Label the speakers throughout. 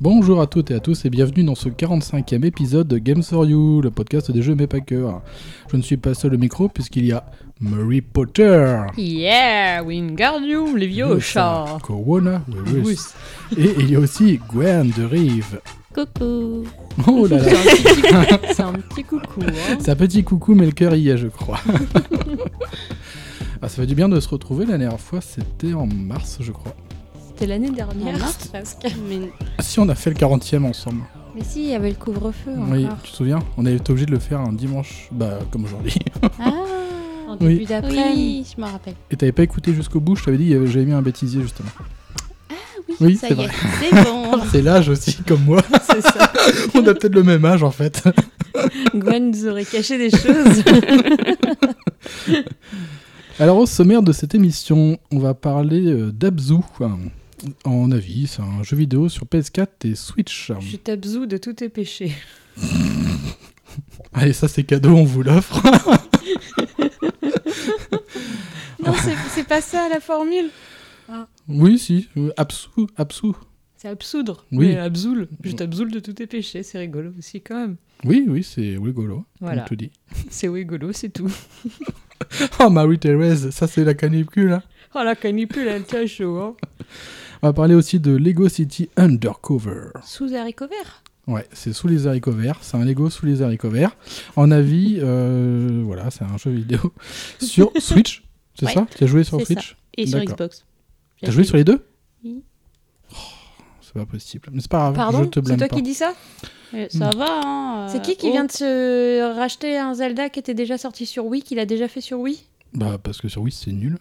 Speaker 1: Bonjour à toutes et à tous et bienvenue dans ce 45e épisode de Games for You, le podcast des jeux mais pas que. Je ne suis pas seul au micro puisqu'il y a Mary Potter,
Speaker 2: Yeah, Wingardium Leviosa.
Speaker 1: Corona, Virus, et il y a aussi Gwen de Rive.
Speaker 2: Coucou.
Speaker 1: Oh là là,
Speaker 2: C'est un petit coucou. hein.
Speaker 1: c'est un petit coucou mais le cœur y est je crois. Ah, ça fait du bien de se retrouver, la dernière fois c'était en mars je crois.
Speaker 3: C'était l'année dernière.
Speaker 4: En mars presque.
Speaker 3: Mais,
Speaker 1: Ah si on a fait le 40e ensemble.
Speaker 4: Mais si, il y avait le couvre-feu
Speaker 1: oui,
Speaker 4: encore.
Speaker 1: tu te souviens On avait été obligé de le faire un dimanche, bah comme aujourd'hui.
Speaker 4: Ah,
Speaker 1: Oui. début
Speaker 4: début
Speaker 3: après,
Speaker 4: d'après.
Speaker 3: oui, je me rappelle.
Speaker 1: Et t'avais pas écouté jusqu'au bout, je t'avais dit, il y avait- j'avais mis un bêtisier justement.
Speaker 4: oui,
Speaker 1: Oui,
Speaker 4: ça
Speaker 1: c'est
Speaker 4: y est, c'est bon.
Speaker 1: C'est l'âge aussi, comme moi.
Speaker 4: c'est ça.
Speaker 1: On a peut-être le même âge en fait.
Speaker 4: Gwen nous aurait caché des choses.
Speaker 1: Alors au sommaire de cette émission, on va parler euh, d'Abzu. hein. En avis, c'est un jeu vidéo sur PS4 et Switch.
Speaker 4: Je t'absous de tous tes péchés.
Speaker 1: Allez, ça c'est cadeau, on vous l'offre.
Speaker 4: Non, c'est- c'est pas ça la formule.
Speaker 1: Oui, si, euh, Absu, Absu.
Speaker 4: C'est absoudre.
Speaker 1: Oui.
Speaker 4: Mais absoul. Je t'absoule de tous tes péchés. C'est rigolo aussi quand même.
Speaker 1: Oui, oui, c'est rigolo.
Speaker 4: Voilà.
Speaker 1: On te dit.
Speaker 4: C'est rigolo, c'est tout.
Speaker 1: Oh, Marie-Thérèse, ça c'est la canicule. hein.
Speaker 4: Oh la canipule, elle tient chaud. Hein.
Speaker 1: On va parler aussi de Lego City Undercover.
Speaker 4: Sous haricots verts.
Speaker 1: Ouais, c'est sous les haricots verts. C'est un Lego sous les haricots verts. En avis, euh, voilà, c'est un jeu vidéo sur Switch. C'est
Speaker 3: Ouais,
Speaker 1: ça Tu as joué sur
Speaker 3: c'est
Speaker 1: Switch
Speaker 3: Et sur
Speaker 1: D'accord.
Speaker 3: Xbox.
Speaker 1: T'as joué sur les deux
Speaker 3: Oui.
Speaker 1: Oh, C'est pas possible. Mais c'est pas grave,
Speaker 4: Pardon
Speaker 1: je te
Speaker 4: C'est
Speaker 1: blâme
Speaker 4: toi
Speaker 1: pas.
Speaker 4: qui dis ça
Speaker 3: Euh, Ça
Speaker 1: Hmm.
Speaker 3: va, hein.
Speaker 4: C'est
Speaker 5: oh.
Speaker 4: qui qui vient de se racheter un Zelda qui était déjà sorti sur Wii, qu'il a déjà fait sur Wii
Speaker 1: Bah parce que sur Wii c'est nul.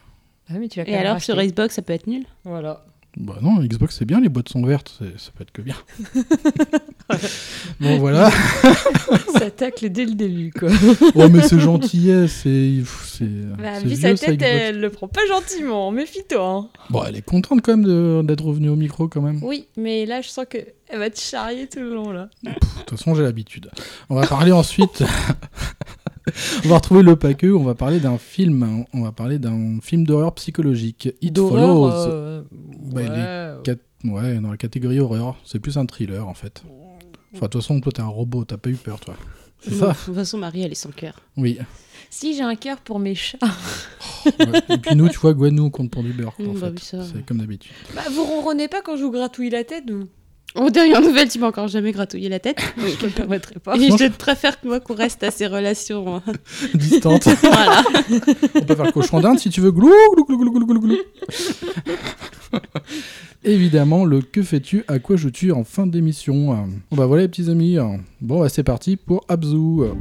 Speaker 4: Ah mais tu l'as
Speaker 3: oh.
Speaker 4: quand
Speaker 3: Et
Speaker 4: même
Speaker 3: alors,
Speaker 4: racheté.
Speaker 3: sur Xbox, ça peut être nul
Speaker 4: Voilà.
Speaker 1: Bah non, Xbox c'est bien, les boîtes sont vertes, c'est- ça peut être que bien. bon voilà.
Speaker 4: Ça tacle dès le début, quoi.
Speaker 1: Oh mais c'est gentillet, c'est pff, c'est
Speaker 4: Bah,
Speaker 1: c'est
Speaker 4: vu sa
Speaker 1: vieux, ça,
Speaker 4: tête,
Speaker 1: Xbox.
Speaker 4: elle le prend pas gentiment. Méfie-toi. hein.
Speaker 1: Bon, elle est contente quand même de- d'être revenue au micro quand même.
Speaker 4: Oui, mais là, je sens que elle va te charrier tout le long là.
Speaker 1: De toute façon, j'ai l'habitude. On va parler ensuite. on va retrouver le paqueux. On va parler d'un film. hein. On va parler d'un film d'horreur psychologique. It Follows.
Speaker 3: euh,
Speaker 4: euh,
Speaker 1: Bah, il Cat- Ouais, dans la catégorie horreur. C'est plus un thriller en fait. Enfin, de toute façon, toi, t'es un robot. T'as pas eu peur, toi. C'est
Speaker 3: Non,
Speaker 1: ça
Speaker 3: De toute façon, Marie, elle est sans cœur.
Speaker 1: Oui.
Speaker 4: Si j'ai un cœur pour mes chats.
Speaker 1: Ouais. Et puis nous, tu vois, Gwen, nous, on compte pour du beurre. quoi, en
Speaker 3: Mm, bah
Speaker 1: fait.
Speaker 3: oui, ça.
Speaker 1: C'est comme d'habitude.
Speaker 4: Bah, vous ronronnez pas quand je vous gratouille la tête ou
Speaker 3: Aux dernières nouvelles, Oh, tu m'as encore jamais gratouillé la tête.
Speaker 4: Je me permettrai pas.
Speaker 3: Et je préfère que moi qu'on reste à ces relations. hein.
Speaker 1: Distante.
Speaker 3: voilà.
Speaker 1: On peut faire le cochon d'Inde si tu veux. Glou, glou, glou, glou, glou, glou, glou. Évidemment, le que fais-tu, à quoi joues-tu en fin d'émission. Euh, Bon bah voilà les petits amis. euh, Bon bah c'est parti pour Abzu. Euh,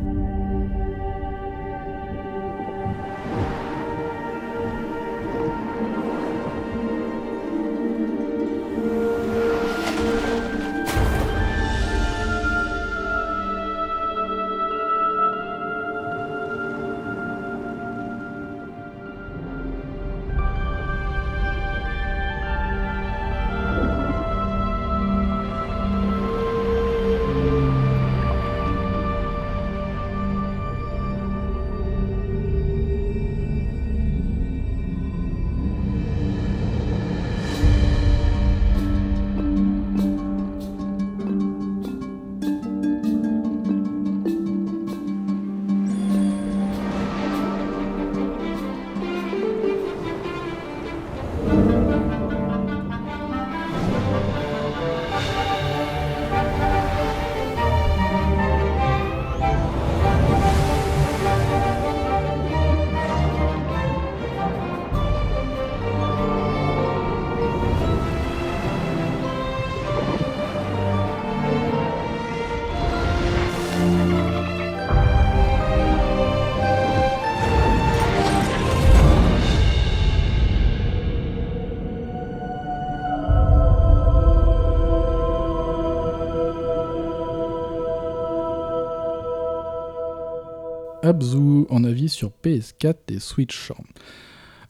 Speaker 1: Abzu en avis sur PS4 et Switch.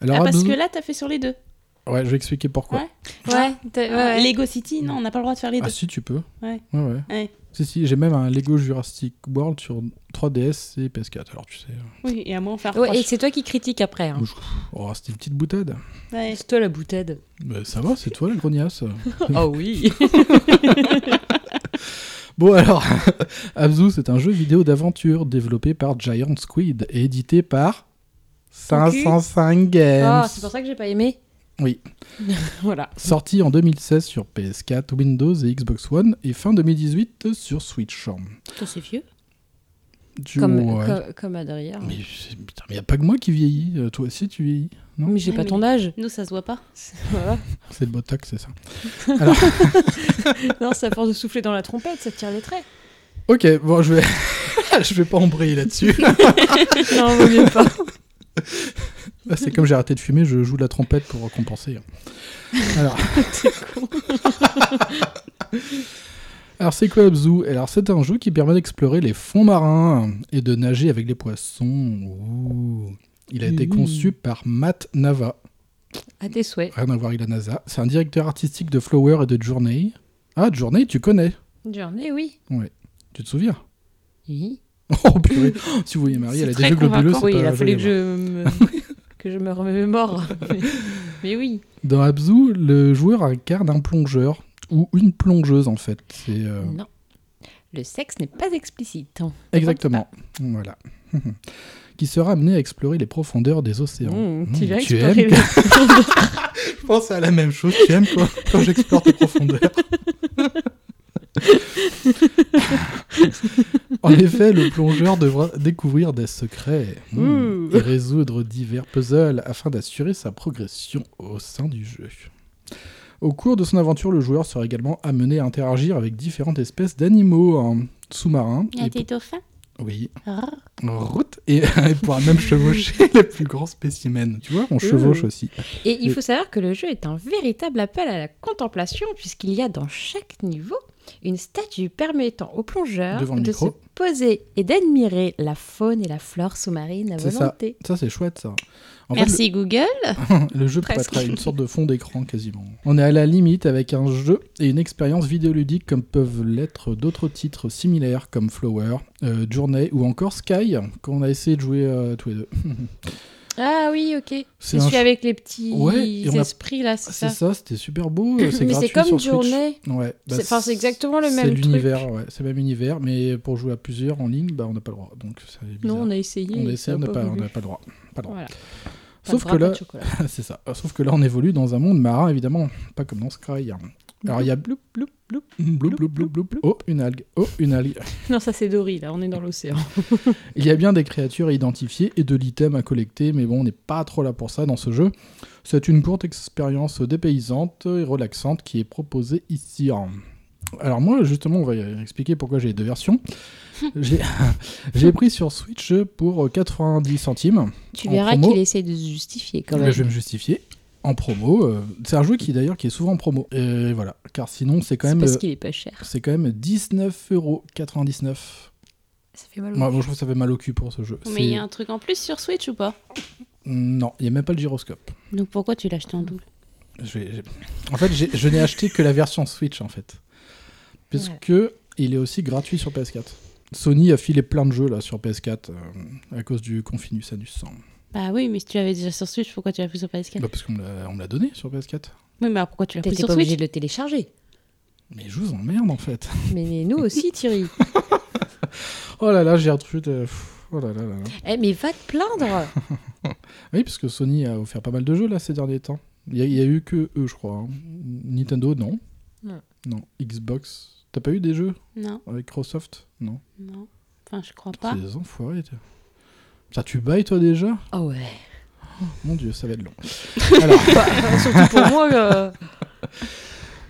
Speaker 1: Alors,
Speaker 3: Ah, parce
Speaker 1: Abzu-
Speaker 3: que là, t'as fait sur les deux.
Speaker 1: Ouais, je vais expliquer pourquoi.
Speaker 3: Ouais.
Speaker 4: Ouais, t'as- ouais,
Speaker 3: Ah,
Speaker 4: ouais.
Speaker 3: Lego City, non, on n'a pas le droit de faire les
Speaker 1: Ah,
Speaker 3: deux.
Speaker 1: si, tu peux.
Speaker 3: Ouais.
Speaker 1: Ouais, ouais.
Speaker 3: Ouais.
Speaker 1: Si, si, j'ai même un Lego Jurassic World sur 3DS et PS4. Alors, tu sais,
Speaker 3: Oui, et à moi, on fait un
Speaker 4: Ouais, et
Speaker 3: reproche.
Speaker 4: c'est toi qui critiques après. hein.
Speaker 1: oh, c'était une petite boutade.
Speaker 3: Ouais.
Speaker 4: C'est toi la boutade.
Speaker 1: Mais ça va, c'est toi la grognasse.
Speaker 4: Ah
Speaker 3: Oh oui.
Speaker 1: Bon alors, Abzu, c'est un jeu vidéo d'aventure développé par Giant Squid et édité par 505 Games.
Speaker 4: Ah, c'est pour ça que j'ai pas aimé.
Speaker 3: voilà.
Speaker 1: Sorti en 2016 sur PS4, Windows et Xbox One et fin 2018 sur Switch.
Speaker 3: Putain, c'est vieux.
Speaker 1: Tu-
Speaker 4: Comme,
Speaker 1: ouais.
Speaker 4: co- comme à derrière.
Speaker 1: Mais c'est- putain, mais y a pas que moi qui vieillis, euh, toi aussi tu vieillis. Non
Speaker 4: Mais j'ai
Speaker 3: Ah,
Speaker 4: pas
Speaker 3: mais-
Speaker 4: ton âge.
Speaker 3: Nous, ça se voit pas.
Speaker 4: Voilà.
Speaker 1: C'est le botox, c'est ça.
Speaker 4: non, c'est à force de souffler dans la trompette, ça tire les traits.
Speaker 1: Ok, bon je vais, je vais pas embrayer là-dessus.
Speaker 4: non, vaut mieux pas.
Speaker 1: Ah, C'est comme j'ai arrêté de fumer, je joue de la trompette pour compenser. Alors. Alors c'est quoi Abzu Alors c'est un jeu qui permet d'explorer les fonds marins et de nager avec les poissons. Ouh. Il a été
Speaker 3: Mmh.
Speaker 1: conçu par Matt Nava.
Speaker 4: À tes souhaits.
Speaker 1: Rien à voir avec la NASA. C'est un directeur artistique de Flower et de Journey. Ah Journey, tu connais
Speaker 4: Journée, oui.
Speaker 1: Tu te souviens
Speaker 4: Oui,
Speaker 1: Oh purée Si vous voyez Marie,
Speaker 3: C'est
Speaker 1: elle a des
Speaker 3: très
Speaker 1: yeux globuleux. c'est
Speaker 4: oui
Speaker 1: pas
Speaker 4: il a fallu
Speaker 1: joli hein. à
Speaker 4: que
Speaker 1: voir.
Speaker 4: je, me... que je me remémore. Mais, mais oui.
Speaker 1: Dans Abzu, le joueur incarne un plongeur ou une plongeuse en fait. C'est euh,
Speaker 4: Non. Le sexe n'est pas explicite.
Speaker 1: Exactement. Voilà. qui sera amené à explorer les profondeurs des océans.
Speaker 4: Mmh,
Speaker 1: Mmh,
Speaker 4: tu vas
Speaker 1: tu
Speaker 4: explorer
Speaker 1: aimes
Speaker 4: les-
Speaker 1: Je pense à la même chose. Tu aimes quoi quand j'explore tes profondeurs En effet, le plongeur devra découvrir des secrets mmh,
Speaker 4: Ouh.
Speaker 1: et résoudre divers puzzles afin d'assurer sa progression au sein du jeu. Au cours de son aventure, le joueur sera également amené à interagir avec différentes espèces d'animaux hein, sous-marins.
Speaker 4: Ah,
Speaker 3: Il y a
Speaker 1: et
Speaker 3: des dauphins.
Speaker 1: oui, route et, et pourra même chevaucher les plus grands spécimens. Tu vois, on
Speaker 4: Mmh.
Speaker 1: chevauche aussi.
Speaker 4: Et il
Speaker 1: Mais-
Speaker 4: faut savoir que le jeu est un véritable appel à la contemplation, puisqu'il y a dans chaque niveau une statue permettant aux plongeurs
Speaker 1: Devant le
Speaker 4: de se
Speaker 1: micro.
Speaker 4: poser et d'admirer la faune et la flore sous-marine à
Speaker 1: C'est ça.
Speaker 4: volonté.
Speaker 1: Ça, c'est chouette, ça. En fait,
Speaker 3: Merci Google.
Speaker 1: le, le jeu peut
Speaker 3: Presque.
Speaker 1: être une sorte de fond d'écran quasiment. On est à la limite avec un jeu et une expérience vidéoludique comme peuvent l'être d'autres titres similaires comme Flower, euh, Journey ou encore Sky, qu'on a essayé de jouer euh, tous les deux.
Speaker 4: Ah oui, ok.
Speaker 1: C'est
Speaker 4: C'est
Speaker 1: un
Speaker 4: celui
Speaker 1: jeu-
Speaker 4: avec les petits
Speaker 1: Ouais, et on a-
Speaker 4: esprits là, c'est
Speaker 1: C'est
Speaker 4: ça.
Speaker 1: ça, c'était super beau. euh, C'est
Speaker 4: Mais
Speaker 1: gratuit
Speaker 4: c'est comme
Speaker 1: sur Switch.
Speaker 4: Journey.
Speaker 1: Ouais, bah,
Speaker 4: C'est- enfin, c'est exactement le même
Speaker 1: C'est
Speaker 4: truc.
Speaker 1: l'univers, ouais, c'est le même univers, mais pour jouer à plusieurs en ligne, bah, on n'a pas le droit. Donc, c'est bizarre.
Speaker 4: Non, on a essayé.
Speaker 1: On
Speaker 4: ça
Speaker 1: essaie,
Speaker 4: a
Speaker 1: on n'a pas, on
Speaker 4: voulu.
Speaker 1: n'a pas le droit. Pas le droit.
Speaker 4: Voilà. Pas
Speaker 1: Sauf
Speaker 4: de
Speaker 1: que
Speaker 4: bras, pas
Speaker 1: là,
Speaker 4: de chocolat.
Speaker 1: c'est ça. Sauf que là, on évolue dans un monde marin, évidemment, pas comme dans Sky. hein. Alors il y a bloup bloup bloup bloup bloup bloup bloup. Oh une algue, oh une algue.
Speaker 4: Non, ça c'est Dory, là, on est dans l'océan.
Speaker 1: Il y a bien des créatures à identifier et de l'item à collecter, mais bon, on n'est pas trop là pour ça dans ce jeu. C'est une courte expérience dépaysante et relaxante qui est proposée ici. hein. Alors moi, justement, on va y expliquer pourquoi j'ai les deux versions. J'ai- J'ai pris sur Switch pour 90 centimes.
Speaker 4: Tu
Speaker 1: En
Speaker 4: verras
Speaker 1: promo.
Speaker 4: qu'il essaye de se justifier quand
Speaker 1: Mais
Speaker 4: même.
Speaker 1: je vais me justifier. En promo, euh, c'est un jeu qui d'ailleurs qui est souvent en promo. Et voilà, car sinon c'est quand
Speaker 4: C'est
Speaker 1: même
Speaker 4: parce
Speaker 1: euh,
Speaker 4: qu'il est pas cher.
Speaker 1: c'est quand même 19,99€.
Speaker 4: Ça fait mal au
Speaker 1: Moi, moi, je trouve que ça fait mal au cul pour ce jeu.
Speaker 3: Mais
Speaker 1: C'est-
Speaker 3: il y a un truc en plus sur Switch ou pas
Speaker 1: Non, il n'y a même pas le gyroscope.
Speaker 3: Donc pourquoi tu l'as acheté en double
Speaker 1: Je vais- j'ai- En fait, j'ai- je n'ai acheté que la version Switch en fait, puisque que il est aussi gratuit sur PS4. Sony a filé plein de jeux là sur PS4 euh, à cause du Confinus Anus. hein.
Speaker 3: Bah oui, mais si tu l'avais déjà sur Switch, pourquoi tu l'as pris sur PS4
Speaker 1: Bah, parce qu'on me l'a- on me l'a donné sur PS4.
Speaker 3: Oui, mais alors pourquoi tu l'as pris
Speaker 4: T'étais
Speaker 3: sur
Speaker 4: pas obligé
Speaker 3: Switch
Speaker 4: de le télécharger.
Speaker 1: Mais je vous emmerde en fait.
Speaker 4: Mais nous aussi, Thierry.
Speaker 1: Oh là là, Gertrude. euh, pff, Oh là là là là.
Speaker 4: Eh, mais va te plaindre
Speaker 1: Oui, parce que Sony a offert pas mal de jeux là ces derniers temps. Il y, a- il y a eu que eux, je crois. hein. Nintendo, non.
Speaker 4: Non.
Speaker 1: Non. Xbox. T'as pas eu des jeux
Speaker 3: Non,
Speaker 1: avec Microsoft Non.
Speaker 3: non. Enfin, je crois pas.
Speaker 1: C'est des enfoirés. t'es. Putain, tu bailles toi déjà
Speaker 4: Ah ouais.
Speaker 1: Mon dieu, ça va être long.
Speaker 4: surtout pour moi. euh,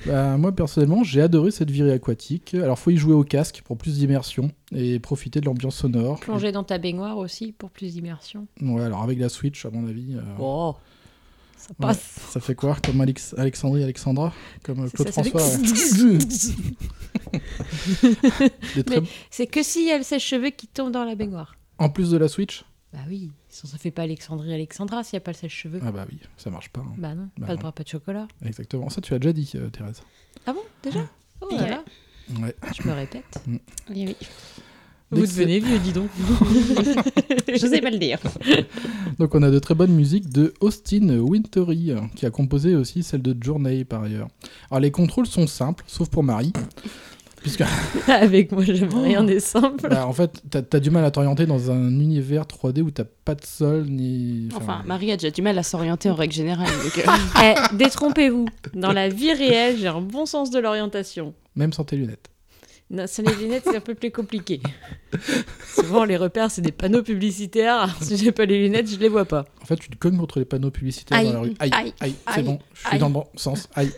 Speaker 1: Bah, moi personnellement, j'ai adoré cette virée aquatique. Alors, faut y jouer au casque pour plus d'immersion et profiter de l'ambiance sonore.
Speaker 4: Plonger dans ta baignoire aussi pour plus d'immersion.
Speaker 1: Ouais, alors avec la Switch, à mon avis, euh,
Speaker 4: Oh, ça
Speaker 1: ouais.
Speaker 4: passe.
Speaker 1: ça fait quoi Comme Alex- Alexandrie, Alexandra Comme euh,
Speaker 4: C'est
Speaker 1: Claude
Speaker 4: ça, ça fait
Speaker 1: François ouais. Des très
Speaker 4: C'est que si elle sèche cheveux qui tombe dans la baignoire.
Speaker 1: En plus de la Switch
Speaker 4: Bah oui, si on se fait pas Alexandrie Alexandra s'il n'y a pas le sèche-cheveux.
Speaker 1: Ah bah oui, ça marche pas. hein.
Speaker 4: Bah non,
Speaker 1: Bah
Speaker 4: pas
Speaker 1: non.
Speaker 4: de bras, pas de chocolat.
Speaker 1: Exactement. Ça, tu as déjà dit, euh, Thérèse.
Speaker 4: Ah bon, déjà Oh là
Speaker 2: Ouais.
Speaker 4: là,
Speaker 1: Ouais.
Speaker 4: je me répète.
Speaker 3: Oui, oui.
Speaker 4: Vous
Speaker 1: D'excell-
Speaker 4: devenez vieux, dis donc.
Speaker 3: Je sais pas le dire.
Speaker 1: Donc on a de très bonnes musiques de Austin Wintory, euh, qui a composé aussi celle de Journey par ailleurs. Alors les contrôles sont simples, sauf pour Marie. Puisque
Speaker 4: Avec moi, j'aime rien n'est simple.
Speaker 1: bah, en fait, t'as as du mal à t'orienter dans un univers 3D où t'as pas de sol ni.
Speaker 3: Enfin, Marie a déjà du mal à s'orienter en règle générale. donc, euh,
Speaker 4: Eh, détrompez-vous. Dans la vie réelle, j'ai un bon sens de l'orientation.
Speaker 1: Même sans tes lunettes.
Speaker 4: Non, sans les lunettes, c'est un peu plus compliqué. Souvent, les repères, c'est des panneaux publicitaires. Si j'ai pas les lunettes, je les vois pas.
Speaker 1: En fait, tu te cognes contre les panneaux publicitaires
Speaker 4: Aïe,
Speaker 1: dans la rue. Aïe, aïe,
Speaker 4: aïe,
Speaker 1: c'est
Speaker 4: aïe,
Speaker 1: bon, je suis
Speaker 4: aïe.
Speaker 1: dans le bon sens. Aïe.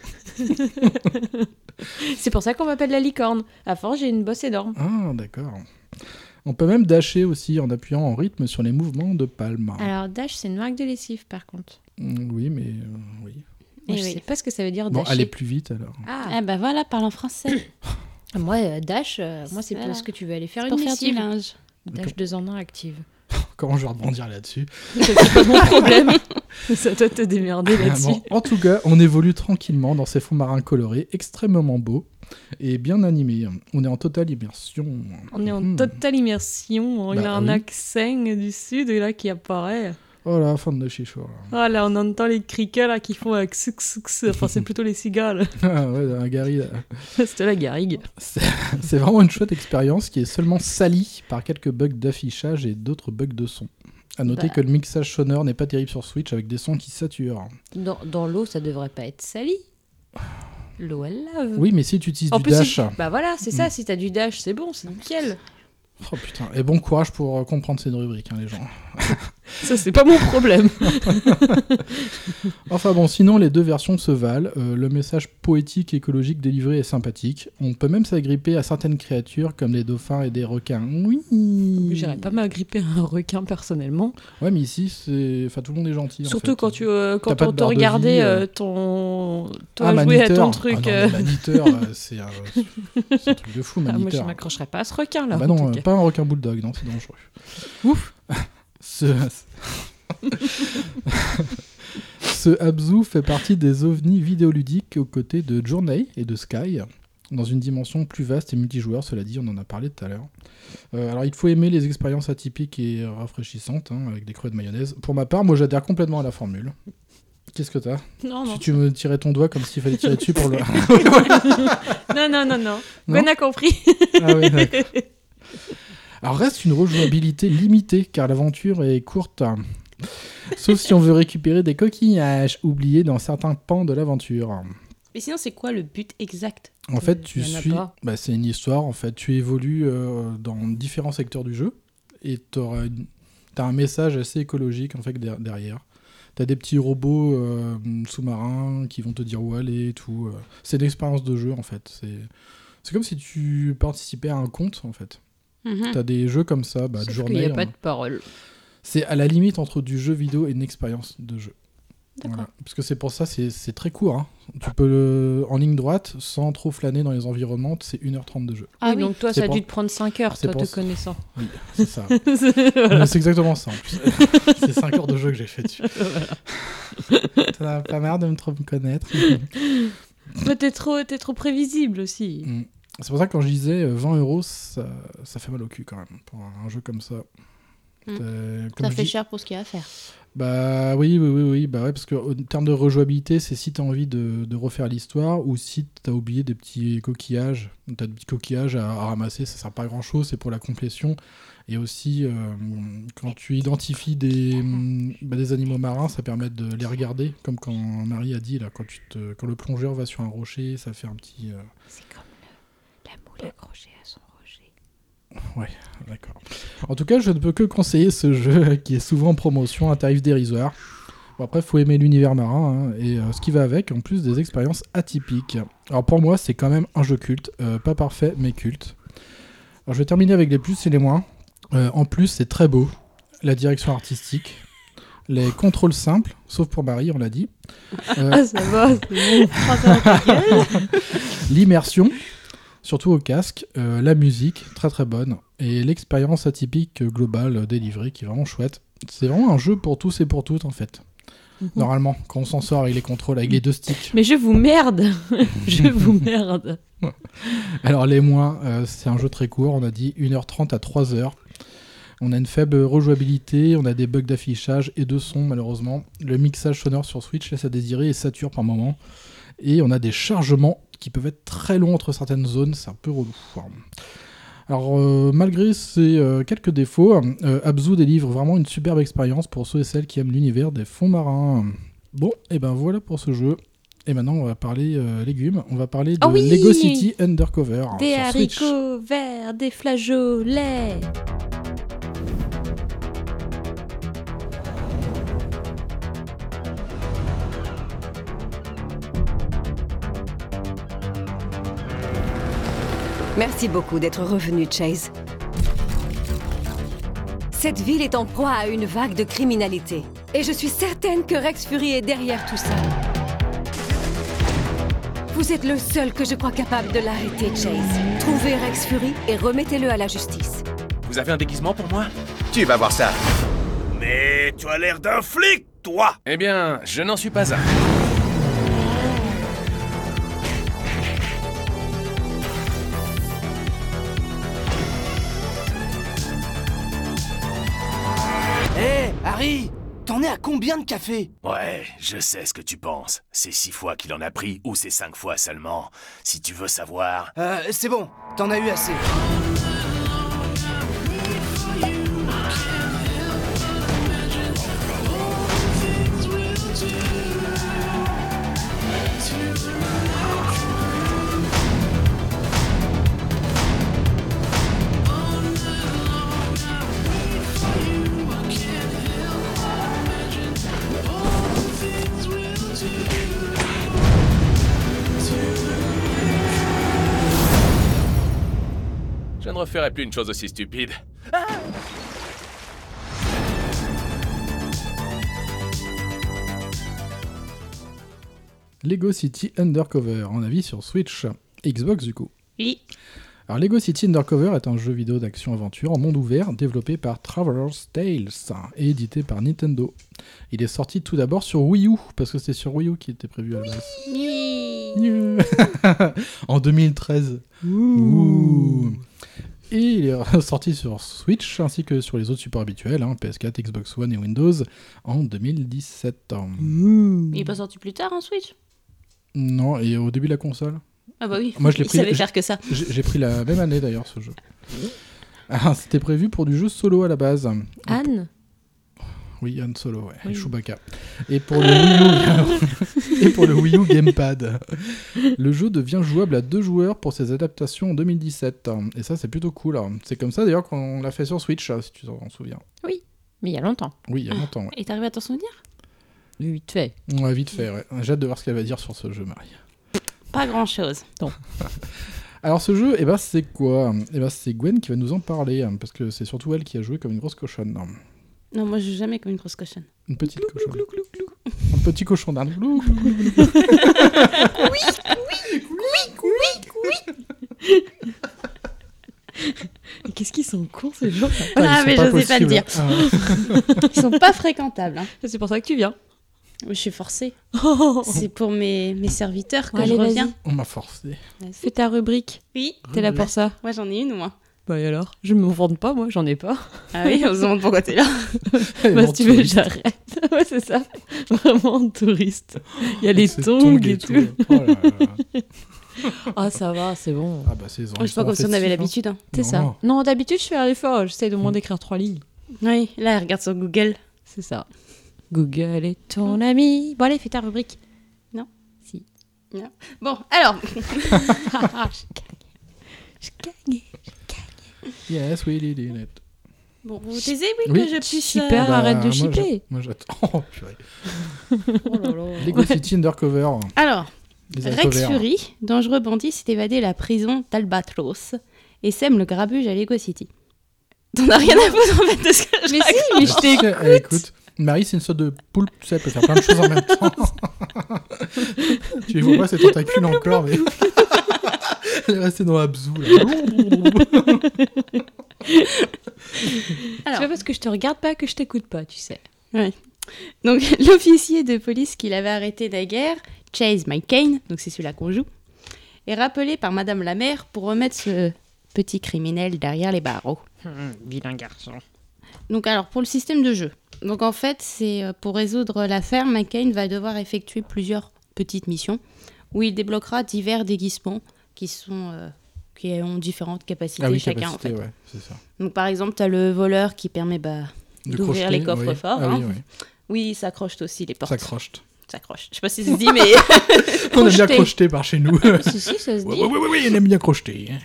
Speaker 4: C'est pour ça qu'on m'appelle la licorne. À force, j'ai une bosse énorme.
Speaker 1: Ah, d'accord. On peut même dasher aussi en appuyant en rythme sur les mouvements de palme.
Speaker 4: Alors, Dash, c'est une marque de lessive, par contre.
Speaker 1: Mm, Oui, mais euh, oui.
Speaker 3: Eh
Speaker 4: Moi, je
Speaker 3: oui.
Speaker 4: sais pas ce que ça veut dire,
Speaker 1: Bon,
Speaker 4: Dash.
Speaker 1: allez plus vite alors.
Speaker 4: Ah,
Speaker 3: Ah bah voilà, parle en français.
Speaker 4: moi, euh, Dash, euh, moi, c'est
Speaker 3: Voilà.
Speaker 4: parce que tu veux aller faire
Speaker 3: Pour
Speaker 4: une
Speaker 3: faire du
Speaker 4: lessive.
Speaker 3: linge.
Speaker 4: Dash 2 en 1 active.
Speaker 1: Comment je vais rebondir là-dessus
Speaker 4: c'est pas mon problème. Ça doit te démerder là-dessus.
Speaker 1: Ah, Bon, En tout cas, on évolue tranquillement dans ces fonds marins colorés, extrêmement beaux et bien animés. On est en totale immersion.
Speaker 4: On est en
Speaker 1: Mhm.
Speaker 4: totale immersion. Il y
Speaker 1: Bah
Speaker 4: a un
Speaker 1: oui.
Speaker 4: accent du sud là qui apparaît.
Speaker 1: Oh la fin de chichou.
Speaker 4: Ah là, on entend les criquets là qui font avec souk souk souk. Enfin, c'est plutôt les cigales.
Speaker 1: Ah ouais, un Gary, là.
Speaker 4: C'était la garrigue.
Speaker 1: C'est c'est vraiment une chouette expérience qui est seulement salie par quelques bugs d'affichage et d'autres bugs de son. À noter
Speaker 4: Bah.
Speaker 1: que le mixage sonore n'est pas terrible sur Switch avec des sons qui saturent.
Speaker 4: Dans, dans l'eau, ça devrait pas être sali. L'eau, elle lave.
Speaker 1: Oui, mais si tu utilises du dash. Hmm.
Speaker 4: si- Bah voilà, c'est ça. Si t'as du dash, c'est bon, c'est nickel.
Speaker 1: Oh putain, et bon courage pour euh, comprendre cette rubrique, hein, les gens.
Speaker 4: Ça, c'est pas mon problème.
Speaker 1: Enfin bon, sinon les deux versions se valent, Euh, le message poétique écologique délivré est sympathique, on peut même s'agripper à certaines créatures comme des dauphins et des requins. Oui
Speaker 4: J'irais pas m'agripper à un requin personnellement.
Speaker 1: Ouais mais ici c'est... Enfin tout le monde est gentil en
Speaker 4: Surtout
Speaker 1: fait.
Speaker 4: quand, tu,
Speaker 1: T'as
Speaker 4: euh, quand
Speaker 1: pas de
Speaker 4: on
Speaker 1: barre
Speaker 4: t'a
Speaker 1: de
Speaker 4: regardé
Speaker 1: vie, euh.
Speaker 4: euh, ton...
Speaker 1: Ah,
Speaker 4: toi jouer à
Speaker 1: Maniteur.
Speaker 4: ton
Speaker 1: Ah
Speaker 4: truc.
Speaker 1: non,
Speaker 4: euh.
Speaker 1: mais Maniteur, euh, c'est un... c'est un truc de fou
Speaker 4: Ah, moi, je
Speaker 1: Maniteur.
Speaker 4: m'accrocherais pas à ce requin là.
Speaker 1: Ah bah
Speaker 4: en
Speaker 1: non,
Speaker 4: tout
Speaker 1: euh,
Speaker 4: cas.
Speaker 1: pas un requin bulldog, non c'est dangereux.
Speaker 4: Ouf.
Speaker 1: Ce... Ce Abzu fait partie des ovnis vidéoludiques aux côtés de Journey et de Sky, dans une dimension plus vaste et multijoueur, cela dit, on en a parlé tout à l'heure. Euh, alors il faut aimer les expériences atypiques et rafraîchissantes, hein, avec des creux de mayonnaise. Pour ma part, moi j'adhère complètement à la formule. Qu'est-ce que t'as
Speaker 4: Ah Non, non.
Speaker 1: Si tu me tirais ton doigt comme s'il fallait tirer dessus pour le...
Speaker 4: Non, non, non, non.
Speaker 1: Non
Speaker 4: Gwen a compris.
Speaker 1: Ah oui, d'accord. Alors reste une rejouabilité limitée car l'aventure est courte. Sauf si on veut récupérer des coquillages oubliés dans certains pans de l'aventure.
Speaker 3: Mais sinon, c'est quoi le but exact
Speaker 1: En fait, tu
Speaker 4: Il y en a
Speaker 1: suis.
Speaker 4: pas.
Speaker 1: Bah, c'est une histoire, en fait. Tu évolues euh, dans différents secteurs du jeu et tu as un message assez écologique, en fait, der- derrière. T'as des petits robots euh, sous-marins qui vont te dire où aller et tout. euh. C'est une expérience de jeu, en fait. C'est c'est comme si tu participais à un conte, en fait.
Speaker 3: Mhm.
Speaker 1: T'as des jeux comme ça, bah,
Speaker 4: Sauf
Speaker 1: de
Speaker 4: qu'il n'y
Speaker 1: journée.
Speaker 4: a pas
Speaker 1: hein.
Speaker 4: de parole.
Speaker 1: C'est à la limite entre du jeu vidéo et une expérience de jeu.
Speaker 3: D'accord.
Speaker 1: Voilà. Parce que c'est pour ça, c'est c'est très court. hein. Tu peux le- en ligne droite, sans trop flâner dans les environnements, c'est 1h30 de jeu.
Speaker 3: Ah
Speaker 4: Oui,
Speaker 3: oui.
Speaker 4: donc toi,
Speaker 1: C'est
Speaker 4: ça a
Speaker 1: pour-
Speaker 4: dû te prendre 5 heures,
Speaker 1: C'est
Speaker 4: toi,
Speaker 1: pour-
Speaker 4: te connaissant.
Speaker 1: Oui, c'est ça.
Speaker 4: Voilà.
Speaker 1: Mais c'est exactement ça en plus. c'est 5 heures de jeu que j'ai fait dessus. T'en as pas marre de me trop me connaître.
Speaker 4: Mais t'es trop, t'es trop prévisible aussi.
Speaker 1: Mm. c'est pour ça que quand je disais euh, 20 euros, ça, ça fait mal au cul quand même, pour un jeu comme ça.
Speaker 4: Hum.
Speaker 3: Mm.
Speaker 1: Euh, comme
Speaker 3: Ça
Speaker 1: je
Speaker 3: fait
Speaker 1: dis-
Speaker 3: cher pour ce qu'il y a à faire.
Speaker 1: Bah oui, oui, oui, oui, bah ouais, parce que en termes de rejouabilité, c'est si t'as envie de, de refaire l'histoire ou si t'as oublié des petits coquillages. T'as des petits coquillages à, à ramasser, ça sert pas à grand chose, c'est pour la complétion. Et aussi, euh, quand tu identifies des, hum, bah, des animaux marins, ça permet de les regarder, comme quand Marie a dit, là, quand, tu te- quand le plongeur va sur un rocher, ça fait un petit. euh,
Speaker 4: C'est comme la moule accrochée à son rocher.
Speaker 1: D'accord. En tout cas, je ne peux que conseiller ce jeu qui est souvent en promotion à tarif dérisoire. Bon, après, faut aimer l'univers marin hein, et euh, ce qui va avec, en plus des expériences atypiques. Alors pour moi, c'est quand même un jeu culte, euh, pas parfait, mais culte. Alors je vais terminer avec les plus et les moins. Euh, en plus, c'est très beau, la direction artistique, les contrôles simples, sauf pour Marie, on l'a dit, Euh,
Speaker 4: Ah, ça va, c'est bon.
Speaker 1: l'immersion, surtout au casque. Euh, la musique, très très bonne. Et l'expérience atypique euh, globale euh, délivrée qui est vraiment chouette. C'est vraiment un jeu pour tous et pour toutes en fait. Normalement, quand on s'en sort avec les contrôles, avec les deux sticks.
Speaker 3: Mais je vous merde Je vous merde
Speaker 1: Alors les moins, euh, c'est un jeu très court, on a dit 1h30 à 3h. On a une faible rejouabilité, on a des bugs d'affichage et de son malheureusement. Le mixage sonore sur Switch laisse à désirer et sature par moments. Et on a des chargements qui peuvent être très longs entre certaines zones, c'est un peu relou. Alors euh, malgré ces euh, quelques défauts, euh, Abzu délivre vraiment une superbe expérience pour ceux et celles qui aiment l'univers des fonds marins. Bon, et ben voilà pour ce jeu. Et maintenant on va parler euh, légumes, on va parler de
Speaker 3: Ah oui
Speaker 1: Lego City Undercover. hein,
Speaker 3: Des
Speaker 1: sur Switch.
Speaker 3: haricots verts, des flageolets
Speaker 6: Merci beaucoup d'être revenu, Chase. Cette ville est en proie à une vague de criminalité. Et je suis certaine que Rex Fury est derrière tout ça. Vous êtes le seul que je crois capable de l'arrêter, Chase. Trouvez Rex Fury et remettez-le à la justice.
Speaker 7: Vous avez un déguisement pour moi
Speaker 8: Tu vas voir ça.
Speaker 9: Mais tu as l'air d'un flic, toi
Speaker 7: Eh bien, je n'en suis pas un.
Speaker 9: Hé, Harry T'en es à combien de café
Speaker 8: Ouais, je sais ce que tu penses. C'est six fois qu'il en a pris, ou c'est cinq fois seulement. Si tu veux savoir.
Speaker 9: Euh, c'est bon, t'en as eu assez.
Speaker 7: Je ne referai plus une chose aussi stupide.
Speaker 1: Lego City Undercover, en avis sur Switch, Xbox du coup.
Speaker 3: Oui.
Speaker 1: Alors Lego City Undercover est un jeu vidéo d'action-aventure en monde ouvert développé par Traveler's Tales et édité par Nintendo. Il est sorti tout d'abord sur Wii U, parce que c'est sur Wii U qui était prévu à la base. Yeah. en 2013. Ouh. Et il est sorti sur Switch ainsi que sur les autres supports habituels, hein, PS4, Xbox One et Windows, en 2017.
Speaker 3: Il est pas sorti plus tard en Switch
Speaker 1: Non, et au début de la console
Speaker 3: Ah bah oui.
Speaker 1: Moi, je l'ai
Speaker 3: Il
Speaker 1: pris-
Speaker 3: savait
Speaker 1: je-
Speaker 3: faire que ça.
Speaker 1: J'ai j'ai pris la même année d'ailleurs ce jeu. Ah, C'était prévu pour du jeu solo à la base.
Speaker 4: Anne
Speaker 1: Oui, Han Solo, ouais. et Chewbacca. Et pour, le Wii U, et pour le Wii U Gamepad. Le jeu devient jouable à deux joueurs pour ses adaptations en 2017. Et ça, c'est plutôt cool. C'est comme ça d'ailleurs qu'on l'a fait sur Switch, si tu t'en souviens.
Speaker 4: Mais il y a longtemps.
Speaker 1: Oui, il y a longtemps, ouais.
Speaker 3: Et t'arrives à t'en souvenir
Speaker 4: Lui, tu fais.
Speaker 1: On va vite faire, ouais. J'ai hâte de voir ce qu'elle va dire sur ce jeu, Marie.
Speaker 3: Pas grand chose.
Speaker 1: Alors ce jeu, eh ben, c'est quoi Eh ben, c'est Gwen qui va nous en parler, hein, parce que c'est surtout elle qui a joué comme une grosse cochonne. hein.
Speaker 3: Non, moi je joue jamais comme une grosse cochonne.
Speaker 1: Une petite cochonne. Un petit cochon d'Inde. Glou, glou, glou, glou.
Speaker 4: Qu'est-ce qu'ils sont cons ces gens
Speaker 3: Ah,
Speaker 1: ils
Speaker 3: mais
Speaker 1: sont
Speaker 3: je sais pas le
Speaker 1: possibles.
Speaker 3: dire.
Speaker 1: Ah,
Speaker 5: Ils sont pas fréquentables. hein.
Speaker 4: C'est pour ça que tu viens.
Speaker 5: Je suis forcée. C'est pour mes, mes serviteurs que
Speaker 4: Allez,
Speaker 5: je reviens.
Speaker 1: Ah, on m'a forcé.
Speaker 4: Fais ta rubrique.
Speaker 5: Oui.
Speaker 4: T'es là pour ça.
Speaker 5: Moi, j'en ai une, moi.
Speaker 4: Bah et alors Je me vante pas, moi, j'en ai pas.
Speaker 5: Ah oui, on se demande pourquoi t'es là.
Speaker 4: Bah, si tu veux, j'arrête. ouais, c'est ça. Vraiment en touriste. Il y a les
Speaker 1: C'est
Speaker 4: tongs
Speaker 1: tongs
Speaker 4: et tout.
Speaker 1: Oh là là.
Speaker 4: Ah, ça va, c'est bon.
Speaker 1: Ah bah c'est les
Speaker 5: C'est pas Oh, comme si on avait l'habitude. hein.
Speaker 4: C'est ça.
Speaker 1: Non.
Speaker 4: Non, d'habitude, je fais un effort. J'essaie de moins d'écrire trois lignes.
Speaker 5: Oui, là, regarde sur Google.
Speaker 4: C'est ça. Google est ton ami. Bon, allez, fais ta rubrique.
Speaker 5: Bon, alors,
Speaker 4: Je gagne.
Speaker 1: Yes, oui, oui, oui, oui.
Speaker 5: bon, vous taisez, oui,
Speaker 1: Oui.
Speaker 5: que je puisse... euh,
Speaker 4: Super. Ah, arrête de
Speaker 1: bah, moi,
Speaker 4: shipper.
Speaker 1: j'a- Moi j'attends. Oh purée.
Speaker 5: Oh là là.
Speaker 1: Lego City Undercover.
Speaker 5: Alors,
Speaker 1: hein. Les
Speaker 5: Rex
Speaker 1: undercover.
Speaker 5: Fury, dont je rebondis, s'est évadé de la prison d'Albatros et sème le grabuge à Lego City. T'en as rien à foutre en fait de ce que je raconte.
Speaker 1: Mais je t'écoute. eh, Marie, c'est une sorte de poulpe, tu sais, elle peut faire plein de choses en même temps. tu les vois pas, ses tentacules encore, mais. Elle est restée dans Abzu. Ah
Speaker 5: C'est pas parce que je te regarde pas que je t'écoute pas, tu sais. Ouais. Donc l'officier de police qui l'avait arrêté naguère, Chase McCain, donc c'est celui-là qu'on joue, est rappelé par Madame la mère pour remettre ce petit criminel derrière les barreaux.
Speaker 4: Hum, vilain garçon.
Speaker 5: Donc alors pour le système de jeu. Donc en fait, c'est euh, pour résoudre l'affaire, McCain va devoir effectuer plusieurs petites missions où il débloquera divers déguisements qui sont euh, qui ont différentes capacités
Speaker 1: Ah oui,
Speaker 5: chacun
Speaker 1: capacité,
Speaker 5: en fait.
Speaker 1: ouais, c'est ça.
Speaker 5: Donc par exemple, tu as le voleur qui permet bah,
Speaker 1: De
Speaker 5: d'ouvrir
Speaker 1: crocheter,
Speaker 5: les coffres
Speaker 1: oui.
Speaker 5: forts.
Speaker 1: Ah
Speaker 5: hein.
Speaker 1: oui, oui.
Speaker 5: Oui, il s'accroche aussi les portes.
Speaker 1: S'accroche.
Speaker 5: S'accroche. Je sais pas si ça se dit, mais.
Speaker 1: On aime bien
Speaker 5: Crocheter.
Speaker 1: crocheter par chez nous.
Speaker 5: Si, si, ça se
Speaker 1: Ouais,
Speaker 5: dit.
Speaker 1: ouais, ouais, ouais, ouais, on aime bien crocheter. hein.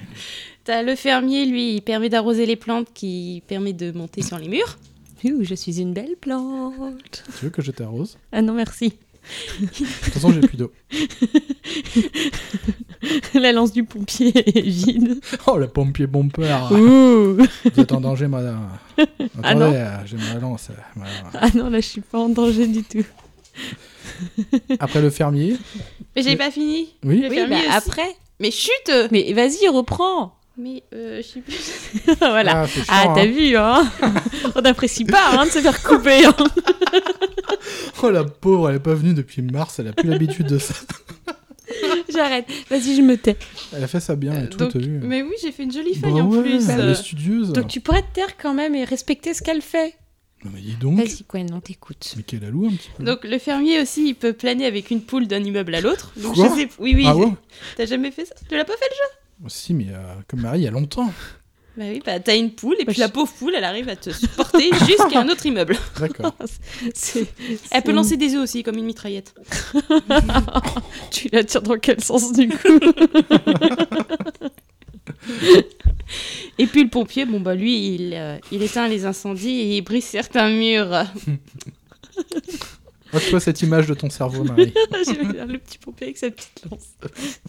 Speaker 5: T'as le fermier, lui, il permet d'arroser les plantes qui permet de monter sur les murs. Ouh, je suis une belle plante.
Speaker 1: Tu veux que je t'arrose
Speaker 5: Ah non, merci.
Speaker 1: De toute façon, j'ai plus d'eau.
Speaker 4: La lance du pompier est vide.
Speaker 1: Oh, le pompier bompeur.
Speaker 4: Ouh.
Speaker 1: Vous êtes en danger, madame. Attendez,
Speaker 4: Ah non.
Speaker 1: euh, j'ai ma lance. euh, voilà.
Speaker 4: Ah non, là, je suis pas en danger du tout.
Speaker 1: Après le fermier,
Speaker 5: Mais j'ai pas fini.
Speaker 1: Oui.
Speaker 5: Le
Speaker 1: Oui,
Speaker 5: fermier
Speaker 1: bah,
Speaker 5: aussi.
Speaker 4: après.
Speaker 5: Mais chute
Speaker 4: Mais vas-y, reprends.
Speaker 5: Mais euh, je sais plus.
Speaker 4: voilà.
Speaker 5: Ah, c'est chiant,
Speaker 4: Ah, t'as
Speaker 5: hein.
Speaker 4: vu, hein On n'apprécie pas hein, de se faire couper. hein.
Speaker 1: oh la pauvre, elle est pas venue depuis mars, elle a plus l'habitude de ça.
Speaker 4: J'arrête. Vas-y, je me tais.
Speaker 1: Elle a fait ça bien et Ah, tout,
Speaker 5: Euh, donc-
Speaker 1: t'as vu hein.
Speaker 5: Mais oui, j'ai fait une jolie
Speaker 1: Bah
Speaker 5: feuille en
Speaker 1: ouais,
Speaker 5: plus.
Speaker 1: Elle
Speaker 5: Euh,
Speaker 1: est studieuse.
Speaker 4: Donc tu pourrais te taire quand même et respecter ce qu'elle fait.
Speaker 1: Non, mais dis donc.
Speaker 4: Vas-y, quoi, non, t'écoutes.
Speaker 1: Mais quelle alou un petit peu.
Speaker 5: Donc le fermier aussi, il peut planer avec une poule d'un immeuble à l'autre. Donc
Speaker 1: Quoi
Speaker 5: je sais. Oui, oui.
Speaker 1: Ah ouais
Speaker 5: T'as jamais fait ça Tu l'as pas fait le jeu
Speaker 1: Oh, si, mais euh, comme Marie, il y a longtemps.
Speaker 5: Bah oui, bah t'as une poule et puis la pauvre poule, elle arrive à te supporter jusqu'à un autre immeuble.
Speaker 1: D'accord.
Speaker 5: Elle peut
Speaker 4: c'est-
Speaker 5: lancer des œufs aussi, comme une mitraillette.
Speaker 4: tu la tires dans quel sens du coup
Speaker 5: Et puis le pompier, bon bah lui, il, euh, il éteint les incendies et il brise certains murs.
Speaker 1: Moi, je vois cette image de ton cerveau, Marie.
Speaker 5: J'aime bien le petit pompier avec sa petite lance.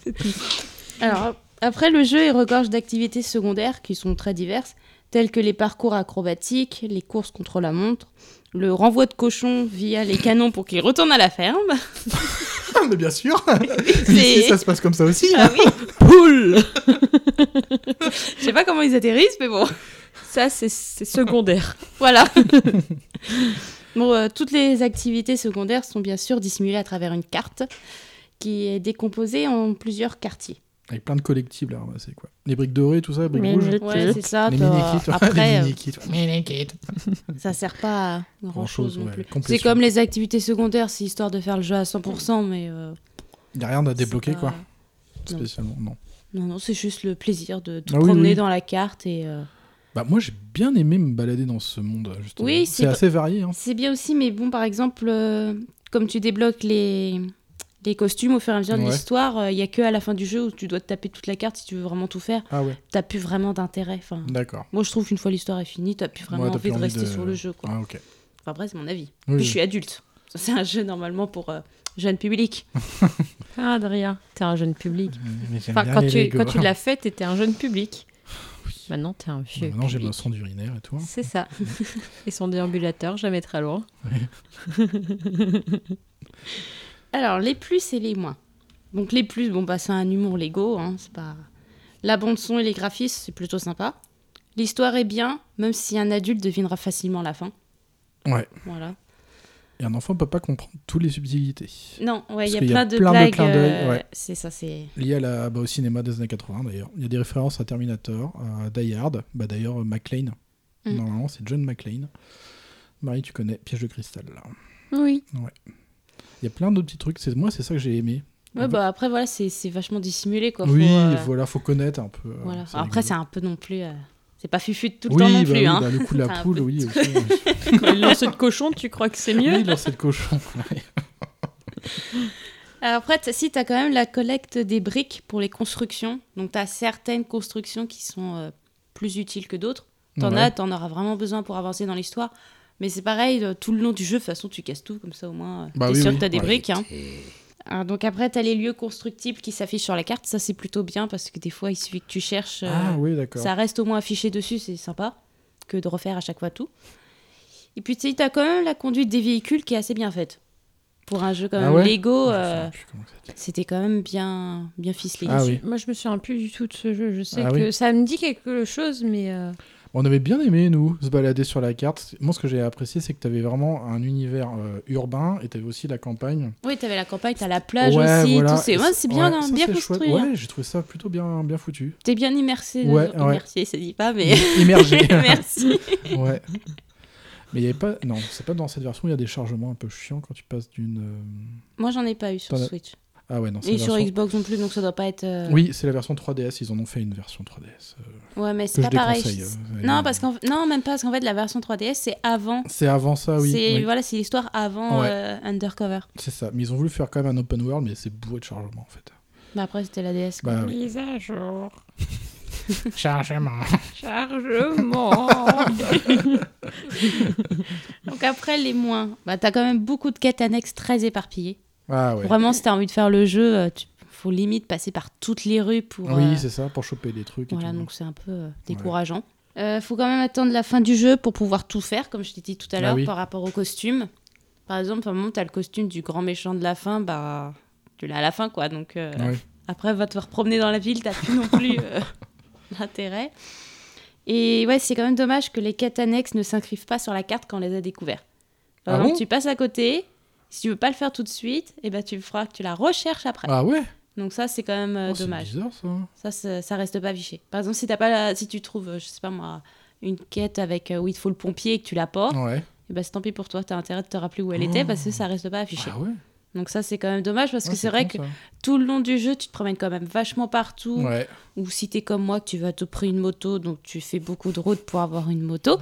Speaker 5: C'est tout. Alors, après, le jeu est regorge d'activités secondaires qui sont très diverses, telles que les parcours acrobatiques, les courses contre la montre, le renvoi de cochons via les canons pour qu'ils retournent à la ferme.
Speaker 1: mais bien sûr Ici, ça se passe comme ça aussi.
Speaker 5: Ah oui Poule Je sais pas comment ils atterrissent, mais bon.
Speaker 4: Ça, c'est secondaire.
Speaker 5: Voilà. bon, euh, toutes les activités secondaires sont bien sûr dissimulées à travers une carte qui est décomposée en plusieurs quartiers.
Speaker 1: Avec plein de collectibles à ramasser, quoi. Les briques dorées, tout ça, les briques
Speaker 5: Mais
Speaker 1: rouges.
Speaker 5: je Ouais, c'est ça,
Speaker 1: Les
Speaker 5: t'as-
Speaker 1: mini-kits. ouais,
Speaker 5: après,
Speaker 1: les
Speaker 5: euh,
Speaker 1: mini-kits.
Speaker 5: Ça sert pas à grand chose
Speaker 1: Grand-chose,
Speaker 5: non
Speaker 1: ouais,
Speaker 5: plus.
Speaker 1: complétion.
Speaker 5: C'est comme les activités secondaires, c'est histoire de faire le jeu à 100%, mais euh,
Speaker 1: Il n'y a rien à débloquer,
Speaker 5: pas-
Speaker 1: quoi.
Speaker 5: Non.
Speaker 1: Spécialement, non.
Speaker 5: non, non, c'est juste le plaisir de te
Speaker 1: Ah oui,
Speaker 5: promener
Speaker 1: oui.
Speaker 5: dans la carte et. euh,
Speaker 1: Bah, moi, j'ai bien aimé me balader dans ce monde, justement.
Speaker 5: Oui,
Speaker 1: c'est assez varié. Hein.
Speaker 5: C'est bien aussi, mais bon, par exemple, euh, comme tu débloques les les costumes au fur et à mesure de
Speaker 1: Ouais.
Speaker 5: l'histoire, il y a que à la fin du jeu où tu dois te taper toute la carte si tu veux vraiment tout faire.
Speaker 1: Ah ouais.
Speaker 5: T'as plus vraiment d'intérêt. Enfin,
Speaker 1: D'accord.
Speaker 5: moi, je trouve qu'une fois l'histoire est finie, t'as plus vraiment
Speaker 1: Mm. Ouais, t'as
Speaker 5: envie
Speaker 1: plus
Speaker 5: de
Speaker 1: envie
Speaker 5: rester
Speaker 1: de-
Speaker 5: sur le jeu, quoi.
Speaker 1: Ah, ok.
Speaker 5: Enfin, bref, c'est mon avis.
Speaker 1: Oui,
Speaker 5: Puis
Speaker 1: oui.
Speaker 5: je suis adulte. Ça, C'est un jeu normalement pour euh, jeune public.
Speaker 4: Ah, Adrien, t'es un jeune public.
Speaker 1: mais j'aime
Speaker 4: Enfin,
Speaker 1: bien
Speaker 4: quand
Speaker 1: les
Speaker 4: tu,
Speaker 1: Lego.
Speaker 4: quand tu l'as fait, t'étais un jeune public. Maintenant, t'es un
Speaker 1: Bah,
Speaker 4: vieux.
Speaker 1: Maintenant, j'ai
Speaker 4: public.
Speaker 1: ma sonde urinaire et tout. hein.
Speaker 4: C'est ça. Et son déambulateur, jamais très loin.
Speaker 5: Alors, les plus et les moins. Donc, les plus, bon, bah, c'est un humour Lego. hein, c'est pas... La bande-son et les graphismes, c'est plutôt sympa. L'histoire est bien, même si un adulte devinera facilement la fin.
Speaker 1: hein. Ouais.
Speaker 5: Voilà.
Speaker 1: Et un enfant peut pas comprendre toutes les subtilités.
Speaker 5: Non, ouais, il y
Speaker 1: Parce
Speaker 5: a
Speaker 1: qu'il
Speaker 5: plein de blagues, euh, c'est ça, c'est-
Speaker 1: Lié à la, bah, au cinéma des années 80, d'ailleurs. Il y a des références à Terminator, à Die Hard. Bah, d'ailleurs, euh, McLean.
Speaker 4: Mm.
Speaker 1: Normalement, c'est John McLean. Marie, tu connais Piège de cristal, là.
Speaker 4: Oui.
Speaker 1: Ouais. Il y a plein d'autres petits trucs. C'est moi, c'est ça que j'ai aimé.
Speaker 5: Ouais, bah, après, voilà, c'est c'est vachement dissimulé, quoi. faut,
Speaker 1: oui,
Speaker 5: euh,
Speaker 1: voilà, faut connaître un peu. euh,
Speaker 5: voilà.
Speaker 1: c'est
Speaker 5: Après,
Speaker 1: rigolo.
Speaker 5: c'est un peu non plus... euh, C'est pas fufu de tout le
Speaker 1: Oui,
Speaker 5: temps non
Speaker 1: bah
Speaker 5: plus,
Speaker 1: oui,
Speaker 5: hein.
Speaker 1: bah, le coup de la
Speaker 5: C'est un
Speaker 1: poule,
Speaker 5: peu-
Speaker 1: oui,
Speaker 4: Quand il lance le cochon, tu crois que c'est mieux
Speaker 1: Oui, lancer le cochon. ouais.
Speaker 5: Alors Après, t'as- si tu as quand même la collecte des briques pour les constructions, donc tu as certaines constructions qui sont euh, plus utiles que d'autres. T'en
Speaker 4: Ouais.
Speaker 5: as, t'en auras vraiment besoin pour avancer dans l'histoire. Mais c'est pareil, euh, tout le long du jeu, de toute façon, tu casses tout, comme ça au moins, euh,
Speaker 4: Bah
Speaker 5: t'es
Speaker 4: oui,
Speaker 5: sûr
Speaker 4: oui.
Speaker 5: que t'as des
Speaker 4: Ouais.
Speaker 5: briques. hein. Alors, donc après, t'as les lieux constructibles qui s'affichent sur la carte. Ça, c'est plutôt bien parce que des fois, il suffit que tu cherches. euh,
Speaker 1: Ah oui, d'accord.
Speaker 5: Ça reste au moins affiché dessus, c'est sympa que de refaire à chaque fois tout. Et puis, tu sais, t'as quand même la conduite des véhicules qui est assez bien faite. Pour un jeu comme
Speaker 1: Ah ouais
Speaker 5: Lego,
Speaker 4: Oh,
Speaker 1: Je me
Speaker 5: euh,
Speaker 1: souviens plus comment
Speaker 5: c'était quand même bien, bien ficelé.
Speaker 1: Ah oui.
Speaker 4: Moi, je me souviens plus du tout de ce jeu. Je sais
Speaker 1: Ah
Speaker 4: que
Speaker 1: oui.
Speaker 4: ça me dit quelque chose, mais. euh,
Speaker 1: On avait bien aimé, nous, se balader sur la carte. Moi, ce que j'ai apprécié, c'est que tu avais vraiment un univers euh, urbain et tu avais aussi la campagne.
Speaker 5: Oui, t'avais la campagne, t'as la plage
Speaker 1: Ouais,
Speaker 5: aussi.
Speaker 1: voilà.
Speaker 5: tout, c'est
Speaker 1: Et
Speaker 5: ouais, c'est bien,
Speaker 1: ouais,
Speaker 5: hein,
Speaker 1: ça,
Speaker 5: bien
Speaker 1: c'est chouette.
Speaker 5: construit. hein.
Speaker 1: Ouais, j'ai trouvé ça plutôt bien, bien foutu.
Speaker 5: T'es bien immersé.
Speaker 1: Ouais,
Speaker 5: dedans.
Speaker 1: ouais.
Speaker 5: Immersé, ça dit pas, mais.
Speaker 1: Immergé.
Speaker 5: Merci.
Speaker 1: ouais. Mais il y avait pas. Non, c'est pas dans cette version, il y a des chargements un peu chiants quand tu passes d'une. euh,
Speaker 5: Moi, j'en ai pas eu sur
Speaker 1: T'en as-
Speaker 5: Switch.
Speaker 1: Ah ouais, non, c'est
Speaker 5: Et
Speaker 1: la
Speaker 5: sur
Speaker 1: version-
Speaker 5: Xbox non plus, donc ça doit pas être. euh,
Speaker 1: Oui, c'est la version 3DS, ils en ont fait une version 3DS. euh,
Speaker 5: Ouais, mais
Speaker 1: que
Speaker 5: c'est pas
Speaker 1: je
Speaker 5: pareil.
Speaker 1: déconseille, euh,
Speaker 5: Non, parce qu'en non, même pas parce qu'en fait la version 3DS c'est avant.
Speaker 1: C'est avant ça, Ah oui,
Speaker 5: C'est
Speaker 1: oui.
Speaker 5: voilà, c'est l'histoire avant
Speaker 1: Ouais.
Speaker 5: euh, Undercover.
Speaker 1: C'est ça, mais ils ont voulu faire quand même un open world, mais c'est bourré de chargements en fait.
Speaker 5: Bah après c'était la DS. quoi.
Speaker 1: Bah oui.
Speaker 4: Mise à jour.
Speaker 1: Chargement.
Speaker 5: Chargement. Donc après les moins, bah t'as quand même beaucoup de quêtes annexes très éparpillées.
Speaker 1: Ah ouais.
Speaker 5: Vraiment, si t'as envie de faire le jeu, euh, tu... faut limite passer par toutes les rues pour. euh,
Speaker 1: Oui, c'est ça, pour choper des trucs. et
Speaker 5: Voilà,
Speaker 1: tout.
Speaker 5: donc c'est un peu euh, décourageant. Euh, faut quand même attendre la fin du jeu pour pouvoir tout faire, comme je t'ai dit tout à
Speaker 1: Ah
Speaker 5: l'heure,
Speaker 1: oui.
Speaker 5: par rapport au costume. Par exemple, à un moment, t'as le costume du grand méchant de la fin, bah, tu l'as à la fin, quoi. Donc euh,
Speaker 1: Ouais.
Speaker 5: après, va te faire promener dans la ville, t'as plus non plus euh, l'intérêt. Et ouais, c'est quand même dommage que les quêtes annexes ne s'inscrivent pas sur la carte quand on les a découvertes. Par
Speaker 1: Ah
Speaker 5: exemple,
Speaker 1: bon
Speaker 5: tu passes à côté, si tu veux pas le faire tout de suite, et ben tu le feras, tu la recherches après.
Speaker 1: Ah ouais
Speaker 5: Donc ça, c'est quand même euh,
Speaker 1: Oh, c'est
Speaker 5: dommage.
Speaker 1: bizarre, ça.
Speaker 5: Ça, ça, ça reste pas affiché. Par exemple, si, t'as pas la- si tu trouves, euh, je sais pas moi, une quête avec euh, où il te faut le pompier et que tu la portes,
Speaker 1: Ouais.
Speaker 5: et ben c'est tant pis pour toi, t'as intérêt de te rappeler où elle était parce que ça reste pas affiché.
Speaker 1: Ah ouais.
Speaker 5: Donc ça, c'est quand même dommage parce
Speaker 1: Ouais,
Speaker 5: que
Speaker 1: c'est
Speaker 5: c'est vrai
Speaker 1: con,
Speaker 5: que
Speaker 1: ça.
Speaker 5: tout le long du jeu, tu te promènes quand même vachement partout.
Speaker 1: Ouais.
Speaker 5: Ou si t'es comme moi, que tu vas te prendre une moto, donc tu fais beaucoup de routes pour avoir une moto.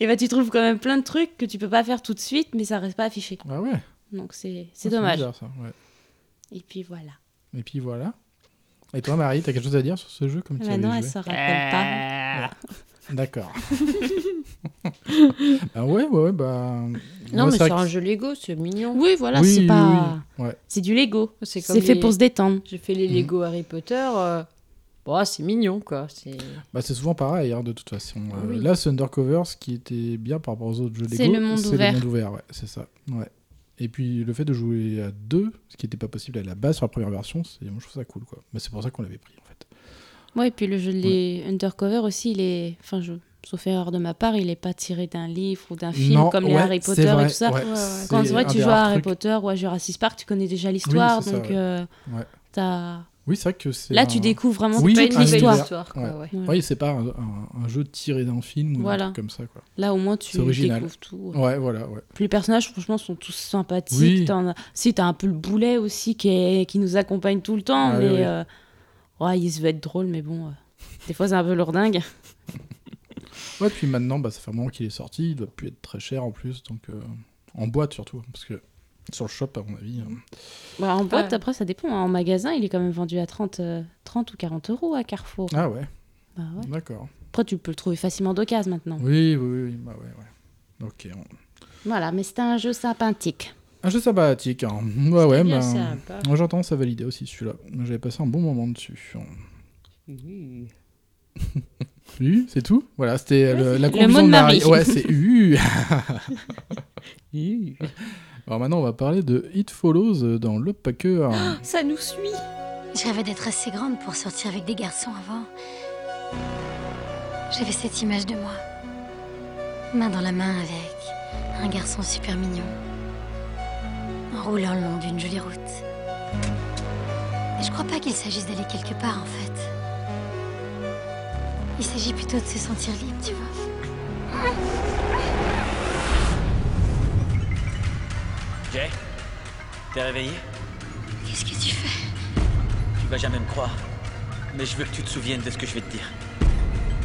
Speaker 5: et ben tu trouves quand même plein de trucs que tu peux pas faire tout de suite, mais ça reste pas affiché.
Speaker 1: Ah ouais.
Speaker 5: Donc c'est
Speaker 1: Ah,
Speaker 5: c'est dommage.
Speaker 1: bizarre, ça, ouais.
Speaker 5: Et puis voilà.
Speaker 1: Et puis voilà. Et toi, Marie, t'as quelque chose à dire sur ce jeu comme tu y
Speaker 5: Mais Ah bah non,
Speaker 1: avais
Speaker 5: elle
Speaker 1: joué
Speaker 5: se rappelle pas.
Speaker 1: D'accord. ah ouais, ouais, ouais, bah.
Speaker 4: Non,
Speaker 1: ouais,
Speaker 4: mais
Speaker 1: vrai
Speaker 4: c'est un
Speaker 1: que-
Speaker 4: jeu Lego, c'est mignon.
Speaker 5: Oui, voilà,
Speaker 1: Oui,
Speaker 5: c'est
Speaker 1: oui,
Speaker 5: pas.
Speaker 1: oui. Ouais.
Speaker 5: C'est du Lego.
Speaker 4: C'est
Speaker 5: C'est fait pour se détendre.
Speaker 4: J'ai fait les Lego Harry Potter. euh, bon, c'est mignon, quoi. C'est
Speaker 1: Bah, c'est souvent pareil, hein, de toute façon. Euh,
Speaker 4: Oui.
Speaker 1: Là, c'est Undercover, ce qui était bien par rapport aux autres jeux Lego.
Speaker 5: C'est le monde
Speaker 1: C'est
Speaker 5: ouvert.
Speaker 1: le monde ouvert, ouais, c'est ça. Ouais. Et puis, le fait de jouer à deux, ce qui n'était pas possible à la base sur la première version, c'est, moi, je trouve ça cool, quoi. Mais c'est pour ça qu'on l'avait pris, en fait.
Speaker 5: Ouais, et puis le jeu des Undercover aussi, il est. Enfin, je... sauf erreur de ma part, il est pas tiré d'un livre ou d'un film
Speaker 1: Non,
Speaker 5: comme les
Speaker 1: ouais,
Speaker 5: Harry
Speaker 1: c'est
Speaker 5: Potter
Speaker 1: vrai,
Speaker 5: et tout ça.
Speaker 1: ouais, Ouais, ouais. c'est
Speaker 5: Quand c'est vrai,
Speaker 1: un
Speaker 5: tu
Speaker 1: des
Speaker 5: joues à
Speaker 1: rares
Speaker 5: Harry
Speaker 1: trucs.
Speaker 5: Potter ou à Jurassic Park, tu connais déjà l'histoire.
Speaker 1: Oui, c'est ça,
Speaker 5: donc,
Speaker 1: ouais.
Speaker 5: euh,
Speaker 1: Ouais.
Speaker 5: t'as.
Speaker 1: Oui, c'est vrai que c'est.
Speaker 5: Là,
Speaker 1: un-
Speaker 5: tu découvres vraiment
Speaker 1: Oui,
Speaker 5: toute
Speaker 1: un
Speaker 5: l'histoire.
Speaker 1: univers, Ouais.
Speaker 5: Voilà.
Speaker 1: Oui, c'est pas un, un- un jeu tiré d'un film ou
Speaker 5: Voilà.
Speaker 1: voilà. comme ça, quoi.
Speaker 5: Là, au moins, tu
Speaker 1: C'est original.
Speaker 5: découvres tout.
Speaker 1: Ouais, voilà, ouais.
Speaker 5: Puis les personnages, franchement, sont tous sympathiques.
Speaker 1: Oui.
Speaker 5: T'en as- Si, t'as un peu le boulet aussi qui, est- qui nous accompagne tout le temps,
Speaker 1: Ah oui,
Speaker 5: mais.
Speaker 1: oui.
Speaker 5: euh, Ouais, il se veut être drôle, mais bon, euh, des fois, c'est un peu lourdingue.
Speaker 1: Ouais, puis maintenant, bah, ça fait un moment qu'il est sorti, il doit plus être très cher en plus, donc euh, en boîte surtout, parce que sur le shop, à mon avis. euh,
Speaker 5: Bah, en boîte,
Speaker 4: Ouais.
Speaker 5: après, ça dépend. hein. En magasin, il est quand même vendu à 30, euh, 30 ou 40 euros à Carrefour.
Speaker 1: Ah ouais.
Speaker 5: Bah ouais.
Speaker 1: D'accord.
Speaker 5: Après, tu peux le trouver facilement d'occasion maintenant.
Speaker 1: Oui, oui, oui, oui, bah ouais, ouais. Ok. on-
Speaker 5: Voilà, mais c'était un jeu sympathique.
Speaker 1: Un jeu sabbatique, hein. Ouais, ouais,
Speaker 5: bien
Speaker 1: bah,
Speaker 5: sympa.
Speaker 1: moi j'entends ça valider aussi celui-là. J'avais passé un bon moment dessus.
Speaker 5: Hmm.
Speaker 1: U, c'est tout Voilà, c'était le- la
Speaker 5: le
Speaker 1: conclusion
Speaker 5: mot de
Speaker 1: de Marie.
Speaker 5: Marie.
Speaker 1: Ouais, c'est U.
Speaker 4: U.
Speaker 1: Alors maintenant, on va parler de It Follows dans le Packer.
Speaker 6: Ça nous suit Je rêvais d'être assez grande pour sortir avec des garçons avant. J'avais cette image de moi. Main dans la main avec un garçon super mignon. En roulant le long d'une jolie route. Et je crois pas qu'il s'agisse d'aller quelque part en fait. Il s'agit plutôt de se sentir libre, tu vois.
Speaker 10: Jay T'es réveillé
Speaker 6: Qu'est-ce que tu fais
Speaker 10: Tu vas jamais me croire. Mais je veux que tu te souviennes de ce que je vais te dire.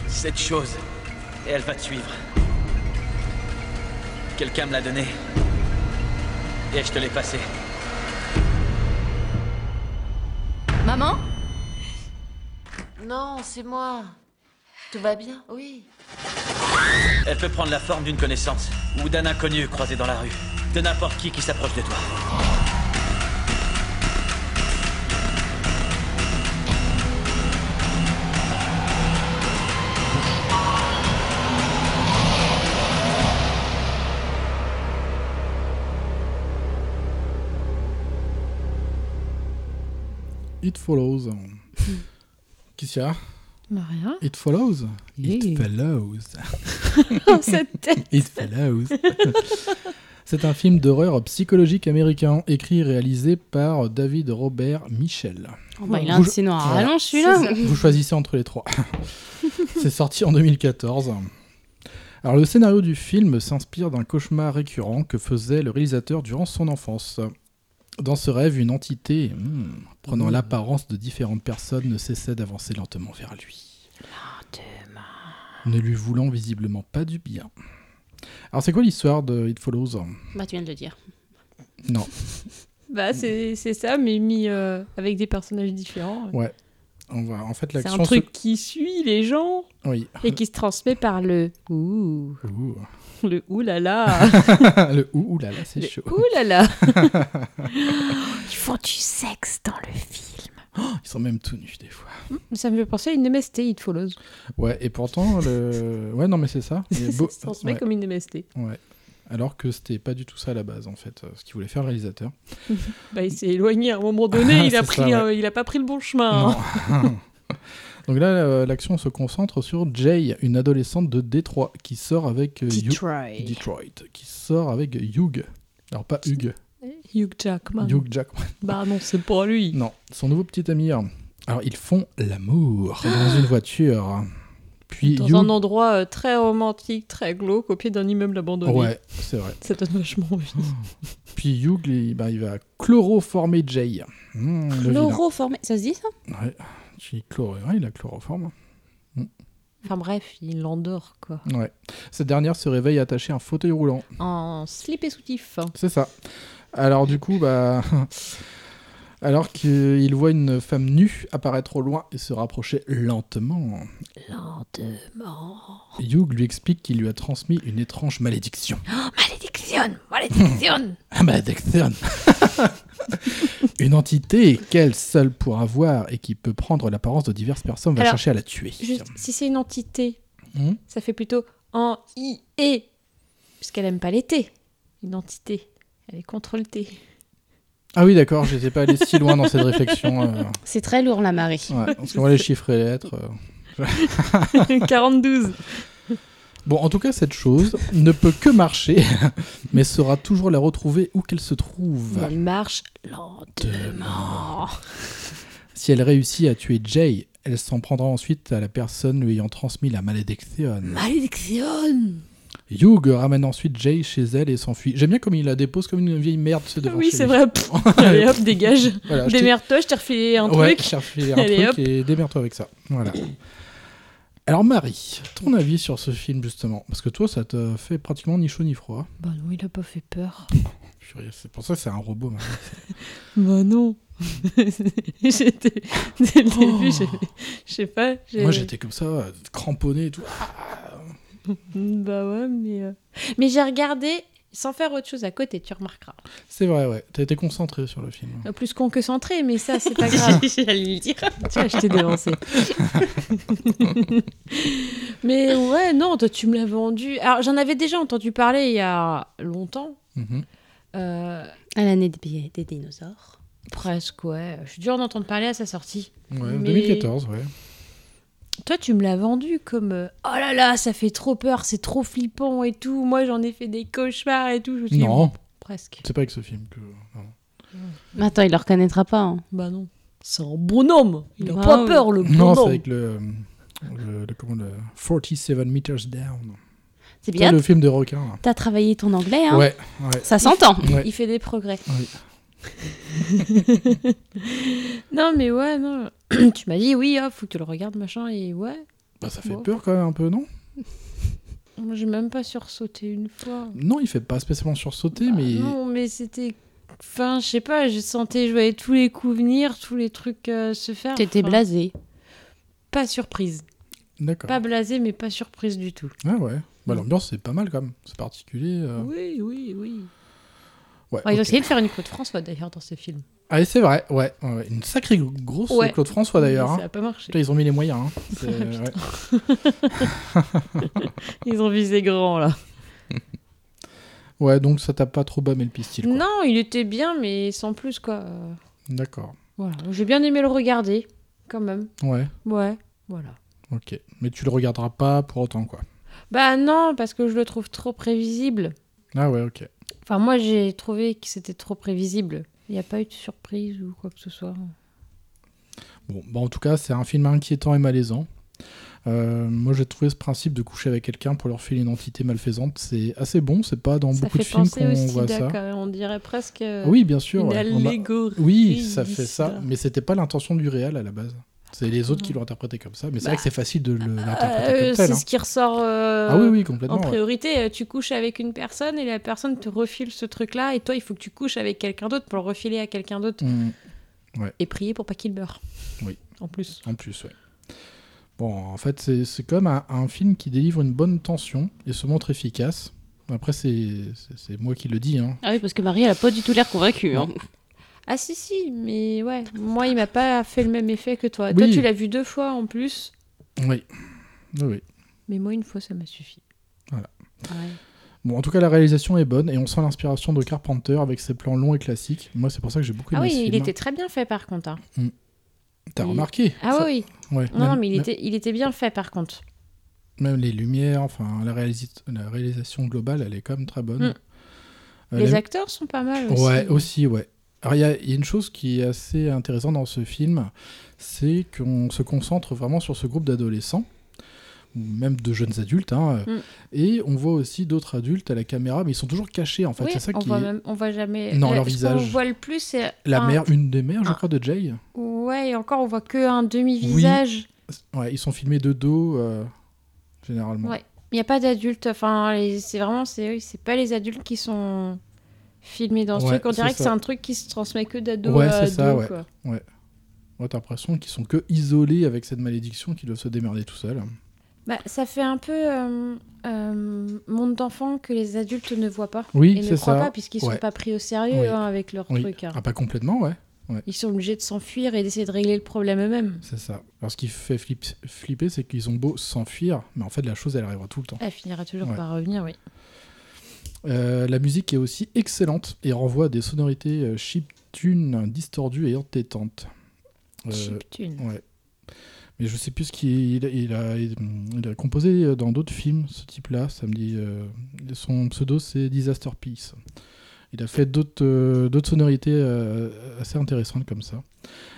Speaker 10: Cette chose, et elle va te suivre. Quelqu'un me l'a donnée. Et je te l'ai passée.
Speaker 11: Maman Non, c'est moi. Tout va bien Oui.
Speaker 10: Elle peut prendre la forme d'une connaissance ou d'un inconnu croisé dans la rue. De n'importe qui qui s'approche de toi.
Speaker 1: It Follows. Qu'est-ce qu'il y a
Speaker 4: Bah, rien.
Speaker 1: It Follows
Speaker 4: Yeah.
Speaker 1: It Follows.
Speaker 5: Oh,
Speaker 4: Cette tête.
Speaker 1: It Follows. C'est un film d'horreur psychologique américain, écrit et réalisé par David Robert Michel.
Speaker 5: Oh bah, il a un de ses noirs à
Speaker 1: Voilà.
Speaker 5: rallonge, celui-là. C'est ça.
Speaker 1: Vous choisissez entre les trois. C'est sorti en 2014. Alors le scénario du film s'inspire d'un cauchemar récurrent que faisait le réalisateur durant son enfance. Dans ce rêve, une entité hmm, prenant
Speaker 12: Mmh.
Speaker 1: l'apparence de différentes personnes ne cessait d'avancer lentement vers lui. Ne lui voulant visiblement pas du bien. Alors c'est quoi l'histoire de It Follows
Speaker 5: Bah, tu viens de le dire.
Speaker 1: Non.
Speaker 5: Bah, c'est c'est ça, mais mis euh, avec des personnages différents.
Speaker 1: Ouais. On va... En fait
Speaker 5: C'est
Speaker 1: l'action...
Speaker 5: un
Speaker 1: se-
Speaker 5: truc qui suit les gens
Speaker 1: Oui.
Speaker 5: et qui se transmet par le ouh.
Speaker 1: Ouh.
Speaker 5: Le oulala.
Speaker 1: le ouh, oulala, c'est
Speaker 5: Le
Speaker 1: chaud.
Speaker 5: oulala.
Speaker 4: Ils font du sexe dans le film.
Speaker 1: Ils sont même tout nus des fois.
Speaker 4: Ça me fait penser à une MST, It Follows.
Speaker 1: Ouais, et pourtant, le... ouais, non, mais c'est ça. Il est beau-
Speaker 4: Ça se transmet
Speaker 1: ouais.
Speaker 4: comme une MST.
Speaker 1: Ouais. Alors que c'était pas du tout ça à la base, en fait, euh, ce qu'il voulait faire le réalisateur.
Speaker 5: Bah, il s'est éloigné à un moment donné, il, a
Speaker 1: C'est
Speaker 5: pris,
Speaker 1: ça, ouais.
Speaker 5: euh, il a pas pris le bon chemin.
Speaker 4: Ah.
Speaker 5: hein.
Speaker 1: Non. Donc là, euh, l'action se concentre sur Jay, une adolescente de Détroit qui sort avec euh, Hugh-
Speaker 5: Detroit.
Speaker 1: Detroit, qui sort avec Hugh. Alors pas Hugh,
Speaker 5: Hugh Jackman.
Speaker 1: Hugh Jackman.
Speaker 5: Bah non, c'est pas lui.
Speaker 1: Non, son nouveau petit ami. hein. Alors ils font l'amour dans une voiture. Puis
Speaker 4: Ah. Dans
Speaker 1: Hugh-
Speaker 4: un endroit euh, très romantique, très glauque, au pied d'un immeuble abandonné.
Speaker 1: Ouais, c'est vrai.
Speaker 4: Ça donne vachement envie.
Speaker 1: Puis Hugh, il, bah, il va chloroformer Jay. Hmm, le vilain.
Speaker 5: Chloroformé. Ça se dit ça
Speaker 1: Ouais, j'ai chloro- ouais, il a chloroforme.
Speaker 4: Enfin bref, il l'endort quoi.
Speaker 1: Ouais. Cette dernière se réveille attachée à un fauteuil roulant.
Speaker 4: En slip et soutif.
Speaker 1: C'est ça. Alors du coup, bah... Alors qu'il voit une femme nue apparaître au loin et se rapprocher lentement,
Speaker 4: Lentement.
Speaker 1: Hugh lui explique qu'il lui a transmis une étrange malédiction.
Speaker 4: Oh, malédiction Malédiction
Speaker 1: Ah, malédiction Une entité qu'elle seule pourra voir et qui peut prendre l'apparence de diverses personnes va
Speaker 4: Alors,
Speaker 1: chercher à la tuer.
Speaker 4: Juste, si c'est une entité,
Speaker 1: Hmm
Speaker 4: ça fait plutôt en I-E. Puisqu'elle aime pas l'été. Une entité. Elle est contre le thé.
Speaker 1: Ah oui, d'accord, j'étais pas allé si loin dans cette réflexion. euh.
Speaker 5: C'est très lourd la marée.
Speaker 1: Ouais, parce qu'on voit les chiffres et les lettres. euh.
Speaker 4: 42.
Speaker 1: Bon, en tout cas, cette chose ne peut que marcher, mais sera toujours la retrouver où qu'elle se trouve.
Speaker 4: Elle marche lentement.
Speaker 1: Si elle réussit à tuer Jay, elle s'en prendra ensuite à la personne lui ayant transmis la malédiction.
Speaker 4: Ah. Malédiction
Speaker 1: Hugh ramène ensuite Jay chez elle et s'enfuit. J'aime bien comme il la dépose comme une vieille merde. tu sais, devant
Speaker 4: Oui,
Speaker 1: chez
Speaker 4: c'est
Speaker 1: lui.
Speaker 4: vrai. Pff, Allez hop, dégage.
Speaker 1: Voilà, je t'ai-
Speaker 4: Démerde-toi, je t'ai refilé un
Speaker 1: Ouais,
Speaker 4: truc.
Speaker 1: j'ai refilé un
Speaker 4: Allez,
Speaker 1: truc
Speaker 4: hop.
Speaker 1: et démerde-toi avec ça. Voilà. Alors Marie, ton avis sur ce film justement Parce que toi, ça te fait pratiquement ni chaud ni froid.
Speaker 4: Bah non, il a pas fait peur.
Speaker 1: Purée, C'est pour ça que c'est un robot. hein. Marie.
Speaker 4: Bah non. j'étais. Dès le début, j'avais- je sais pas. j'ai-
Speaker 1: Oh. Moi, j'étais comme ça, euh, cramponné et tout.
Speaker 4: Bah ouais, mais. euh, Mais j'ai regardé sans faire autre chose à côté, tu remarqueras.
Speaker 1: C'est vrai, ouais. T'as été concentré sur le film.
Speaker 4: Euh, Plus con que centré, mais ça, c'est pas grave.
Speaker 5: J'allais le dire.
Speaker 4: tu vois, je t'ai dévancé. mais ouais, non, toi, tu me l'as vendu. Alors, j'en avais déjà entendu parler il y a longtemps.
Speaker 1: Mhm.
Speaker 4: Euh,
Speaker 5: À l'année des, des dinosaures.
Speaker 4: presque, ouais. Je suis dû en entendre parler à sa sortie.
Speaker 1: Ouais,
Speaker 4: Mais
Speaker 1: 2014, ouais.
Speaker 4: Toi, tu me l'as vendu comme euh, oh là là, ça fait trop peur, c'est trop flippant et tout. Moi, j'en ai fait des cauchemars et tout. Je me suis dit,
Speaker 1: Non.
Speaker 4: Presque.
Speaker 1: C'est pas avec ce film que. non.
Speaker 5: Mais attends, il le reconnaîtra pas. hein.
Speaker 4: Bah non. C'est un bonhomme. Il a
Speaker 5: Bah
Speaker 4: pas
Speaker 5: oui.
Speaker 4: peur, le
Speaker 1: Non, c'est
Speaker 4: bonhomme.
Speaker 1: avec le, euh, le, le- comment le 47 Meters Down.
Speaker 5: C'est
Speaker 1: Putain,
Speaker 5: bien.
Speaker 1: Le film de requin. là.
Speaker 5: T'as travaillé ton anglais, hein
Speaker 1: Ouais, ouais.
Speaker 5: Ça s'entend.
Speaker 1: Ouais.
Speaker 4: Il fait des progrès.
Speaker 1: Oui.
Speaker 4: Non, mais ouais, non. tu m'as dit, oui, ah, faut que tu le regardes, machin, et ouais.
Speaker 1: Bah, ça fait
Speaker 4: Bon.
Speaker 1: peur quand même un peu, non
Speaker 4: Moi, J'ai même pas sursauté une fois.
Speaker 1: Non, il fait pas spécialement sursauter, mais.
Speaker 4: Bah, Non, mais c'était. Enfin, je sais pas, je sentais, je voyais tous les coups venir, tous les trucs euh, se faire.
Speaker 5: T'étais
Speaker 4: Enfin,
Speaker 5: blasé.
Speaker 4: Pas surprise.
Speaker 1: D'accord.
Speaker 4: Pas Mm. blasé, mais pas surprise du tout.
Speaker 1: Ah ouais. Bah, l'ambiance, c'est pas mal quand même. C'est particulier. euh.
Speaker 4: Oui, oui, oui.
Speaker 1: Ouais,
Speaker 4: Ils ont
Speaker 1: ok.
Speaker 4: essayé de faire une Claude François d'ailleurs dans ce film.
Speaker 1: Ah, et c'est vrai, ouais. ouais, ouais. Une sacrée gro- grosse
Speaker 4: Ouais.
Speaker 1: Claude François d'ailleurs.
Speaker 4: Ça
Speaker 1: hein.
Speaker 4: a pas marché.
Speaker 1: Putain, ils ont mis les moyens. hein. C'est- ouais.
Speaker 4: Ils ont visé grand là.
Speaker 1: ouais, donc ça t'a pas trop bâmé le pistil. quoi.
Speaker 4: Non, il était bien, mais sans plus quoi. Euh,
Speaker 1: D'accord.
Speaker 4: Voilà. Donc, J'ai bien aimé le regarder, quand même.
Speaker 1: Ouais,
Speaker 4: Ouais, voilà.
Speaker 1: ok. Mais tu le regarderas pas pour autant, quoi.
Speaker 4: Bah non, parce que je le trouve trop prévisible.
Speaker 1: Ah ouais, ok.
Speaker 4: Enfin, moi, j'ai trouvé que c'était trop prévisible. Il n'y a pas eu de surprise ou quoi que ce soit.
Speaker 1: Bon, bah en tout cas, c'est un film inquiétant et malaisant. Euh, moi, j'ai trouvé ce principe de coucher avec quelqu'un pour leur filer une entité malfaisante. C'est assez bon, c'est pas dans
Speaker 4: ça
Speaker 1: beaucoup
Speaker 4: fait
Speaker 1: de films
Speaker 4: penser
Speaker 1: qu'on
Speaker 4: au
Speaker 1: voit
Speaker 4: sida,
Speaker 1: ça. Ah
Speaker 4: quand même. on dirait presque. euh,
Speaker 1: Oui, bien sûr.
Speaker 4: Une
Speaker 1: ouais. On a-
Speaker 4: allégorie.
Speaker 1: Oui, ça
Speaker 4: du
Speaker 1: fait ça,
Speaker 4: sida.
Speaker 1: mais c'était pas l'intention du réel à la base. C'est les autres qui l'ont interprété comme ça, mais c'est vrai que c'est facile de le- l'interpréter
Speaker 4: Bah, Euh,
Speaker 1: comme
Speaker 4: c'est
Speaker 1: tel. hein.
Speaker 4: ce qui ressort euh,
Speaker 1: Ah oui, oui, complètement,
Speaker 4: en
Speaker 1: ouais.
Speaker 4: priorité. Euh, Tu couches avec une personne et la personne te refile ce truc-là et toi, il faut que tu couches avec quelqu'un d'autre pour le refiler à quelqu'un d'autre
Speaker 1: Mm. Ouais.
Speaker 4: et prier pour pas qu'il meure.
Speaker 1: Oui.
Speaker 4: En plus.
Speaker 1: En plus, ouais. Bon, en fait, c'est c'est comme un, un film qui délivre une bonne tension et se montre efficace. Après, c'est c'est- c'est moi qui le dis. Hein.
Speaker 5: Ah oui, parce que Marie, elle a pas du tout l'air convaincue. hein.
Speaker 4: Ah si, si, mais ouais. Moi, il m'a pas fait le même effet que toi.
Speaker 1: Oui.
Speaker 4: Toi, tu l'as vu deux fois en plus,
Speaker 1: Oui. Oui, oui.
Speaker 4: mais moi, une fois, ça m'a suffi.
Speaker 1: Voilà.
Speaker 4: Ouais.
Speaker 1: Bon, en tout cas, la réalisation est bonne et on sent l'inspiration de Carpenter avec ses plans longs et classiques. Moi, c'est pour ça que j'ai beaucoup
Speaker 4: Ah
Speaker 1: aimé
Speaker 4: oui,
Speaker 1: ce
Speaker 4: il
Speaker 1: film. hein.
Speaker 4: était très bien fait par contre. hein.
Speaker 1: T'as
Speaker 4: il-
Speaker 1: remarqué
Speaker 4: Ah
Speaker 1: ça-
Speaker 4: oui. oui.
Speaker 1: Ouais,
Speaker 4: Non, non,
Speaker 1: même-
Speaker 4: mais il
Speaker 1: même-
Speaker 4: était, il était bien fait par contre.
Speaker 1: Même les lumières, enfin, la, réalis- la réalisation globale, elle est quand même très bonne.
Speaker 4: Mm.
Speaker 1: Euh,
Speaker 4: Les
Speaker 1: la-
Speaker 4: acteurs sont pas mal aussi.
Speaker 1: Ouais, aussi, ouais. Alors, il y, a- il y a une chose qui est assez intéressante dans ce film, c'est qu'on se concentre vraiment sur ce groupe d'adolescents, ou même de jeunes adultes, hein,
Speaker 4: Mm.
Speaker 1: et on voit aussi d'autres adultes à la caméra, mais ils sont toujours cachés, en fait.
Speaker 4: Oui,
Speaker 1: c'est ça
Speaker 4: on
Speaker 1: qui
Speaker 4: voit
Speaker 1: est-
Speaker 4: même- on voit jamais.
Speaker 1: Non,
Speaker 4: Euh,
Speaker 1: leur
Speaker 4: ce
Speaker 1: visage.
Speaker 4: qu'on voit le plus, c'est
Speaker 1: La
Speaker 4: un-
Speaker 1: mère, une des mères, je crois, de Jay.
Speaker 4: Ouais, et encore, on voit que un demi-visage.
Speaker 1: Ouais, ils sont filmés de dos, euh, généralement.
Speaker 4: Ouais. Il n'y a pas d'adultes. Enfin, les- c'est vraiment, c'est oui, c'est pas les adultes qui sont filmés dans ce
Speaker 1: Ouais,
Speaker 4: truc. On
Speaker 1: c'est
Speaker 4: dirait que
Speaker 1: ça.
Speaker 4: c'est un truc qui se transmet que d'ado
Speaker 1: Ouais,
Speaker 4: à
Speaker 1: c'est ça,
Speaker 4: ado.
Speaker 1: ouais.
Speaker 4: quoi.
Speaker 1: ouais. Ouais, t'as l'impression qu'ils sont que isolés avec cette malédiction, qu'ils doivent se démerder tout seuls.
Speaker 4: Bah, ça fait un peu euh, euh, monde d'enfants que les adultes ne voient pas.
Speaker 1: Oui,
Speaker 4: et ne
Speaker 1: c'est
Speaker 4: croient
Speaker 1: ça.
Speaker 4: pas, puisqu'ils
Speaker 1: Ouais.
Speaker 4: sont pas pris au sérieux
Speaker 1: Oui.
Speaker 4: hein, avec leur
Speaker 1: Oui.
Speaker 4: truc. hein.
Speaker 1: Ah, pas complètement, ouais. ouais.
Speaker 4: Ils sont obligés de s'enfuir et d'essayer de régler le problème eux-mêmes.
Speaker 1: C'est ça. Alors, ce qui fait flip- flipper, c'est qu'ils ont beau s'enfuir, mais en fait, la chose, elle arrivera tout le temps.
Speaker 4: Elle finira toujours
Speaker 1: Ouais.
Speaker 4: par revenir, oui.
Speaker 1: Euh, la musique est aussi excellente et renvoie à des sonorités euh, chiptune, distordues et entêtantes. Euh,
Speaker 4: Chiptune.
Speaker 1: Ouais. Mais je sais plus ce qu'il il a, il a- il a composé dans d'autres films, ce type-là. Ça me dit. euh, son pseudo, c'est Disaster Peace. Il a fait d'autres euh, d'autres sonorités euh, assez intéressantes comme ça.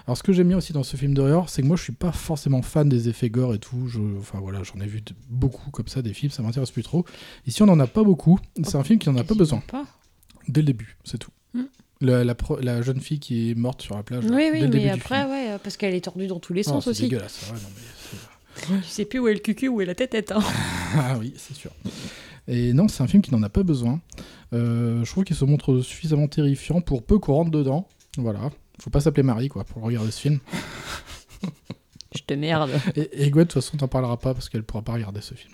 Speaker 1: Alors, ce que j'aime bien aussi dans ce film d'horreur, c'est que moi, je suis pas forcément fan des effets gore et tout. Je, enfin, voilà, j'en ai vu de- beaucoup comme ça, des films, ça m'intéresse plus trop. Ici, on n'en a pas beaucoup. C'est un film qui n'en a pas besoin.
Speaker 4: pas.
Speaker 1: Dès le début, c'est tout.
Speaker 4: Mm.
Speaker 1: La, la pro- la jeune fille qui est morte sur la plage.
Speaker 4: Oui,
Speaker 1: dès
Speaker 4: oui,
Speaker 1: le début
Speaker 4: mais
Speaker 1: du
Speaker 4: après, ouais, euh, parce qu'elle est tordue dans tous les
Speaker 1: Ah,
Speaker 4: sens
Speaker 1: c'est
Speaker 4: aussi.
Speaker 1: dégueulasse, ouais, non,
Speaker 4: Tu sais plus où est le cucu, où est la tête hein.
Speaker 1: Ah oui, c'est sûr. Et non, c'est un film qui n'en a pas besoin. Euh, je trouve qu'il se montre suffisamment terrifiant pour peu qu'on rentre dedans. Voilà. Faut pas s'appeler Marie, quoi, pour regarder ce film.
Speaker 4: Je te merde.
Speaker 1: Et, et Gwen, de toute façon, t'en parlera pas parce qu'elle pourra pas regarder ce film.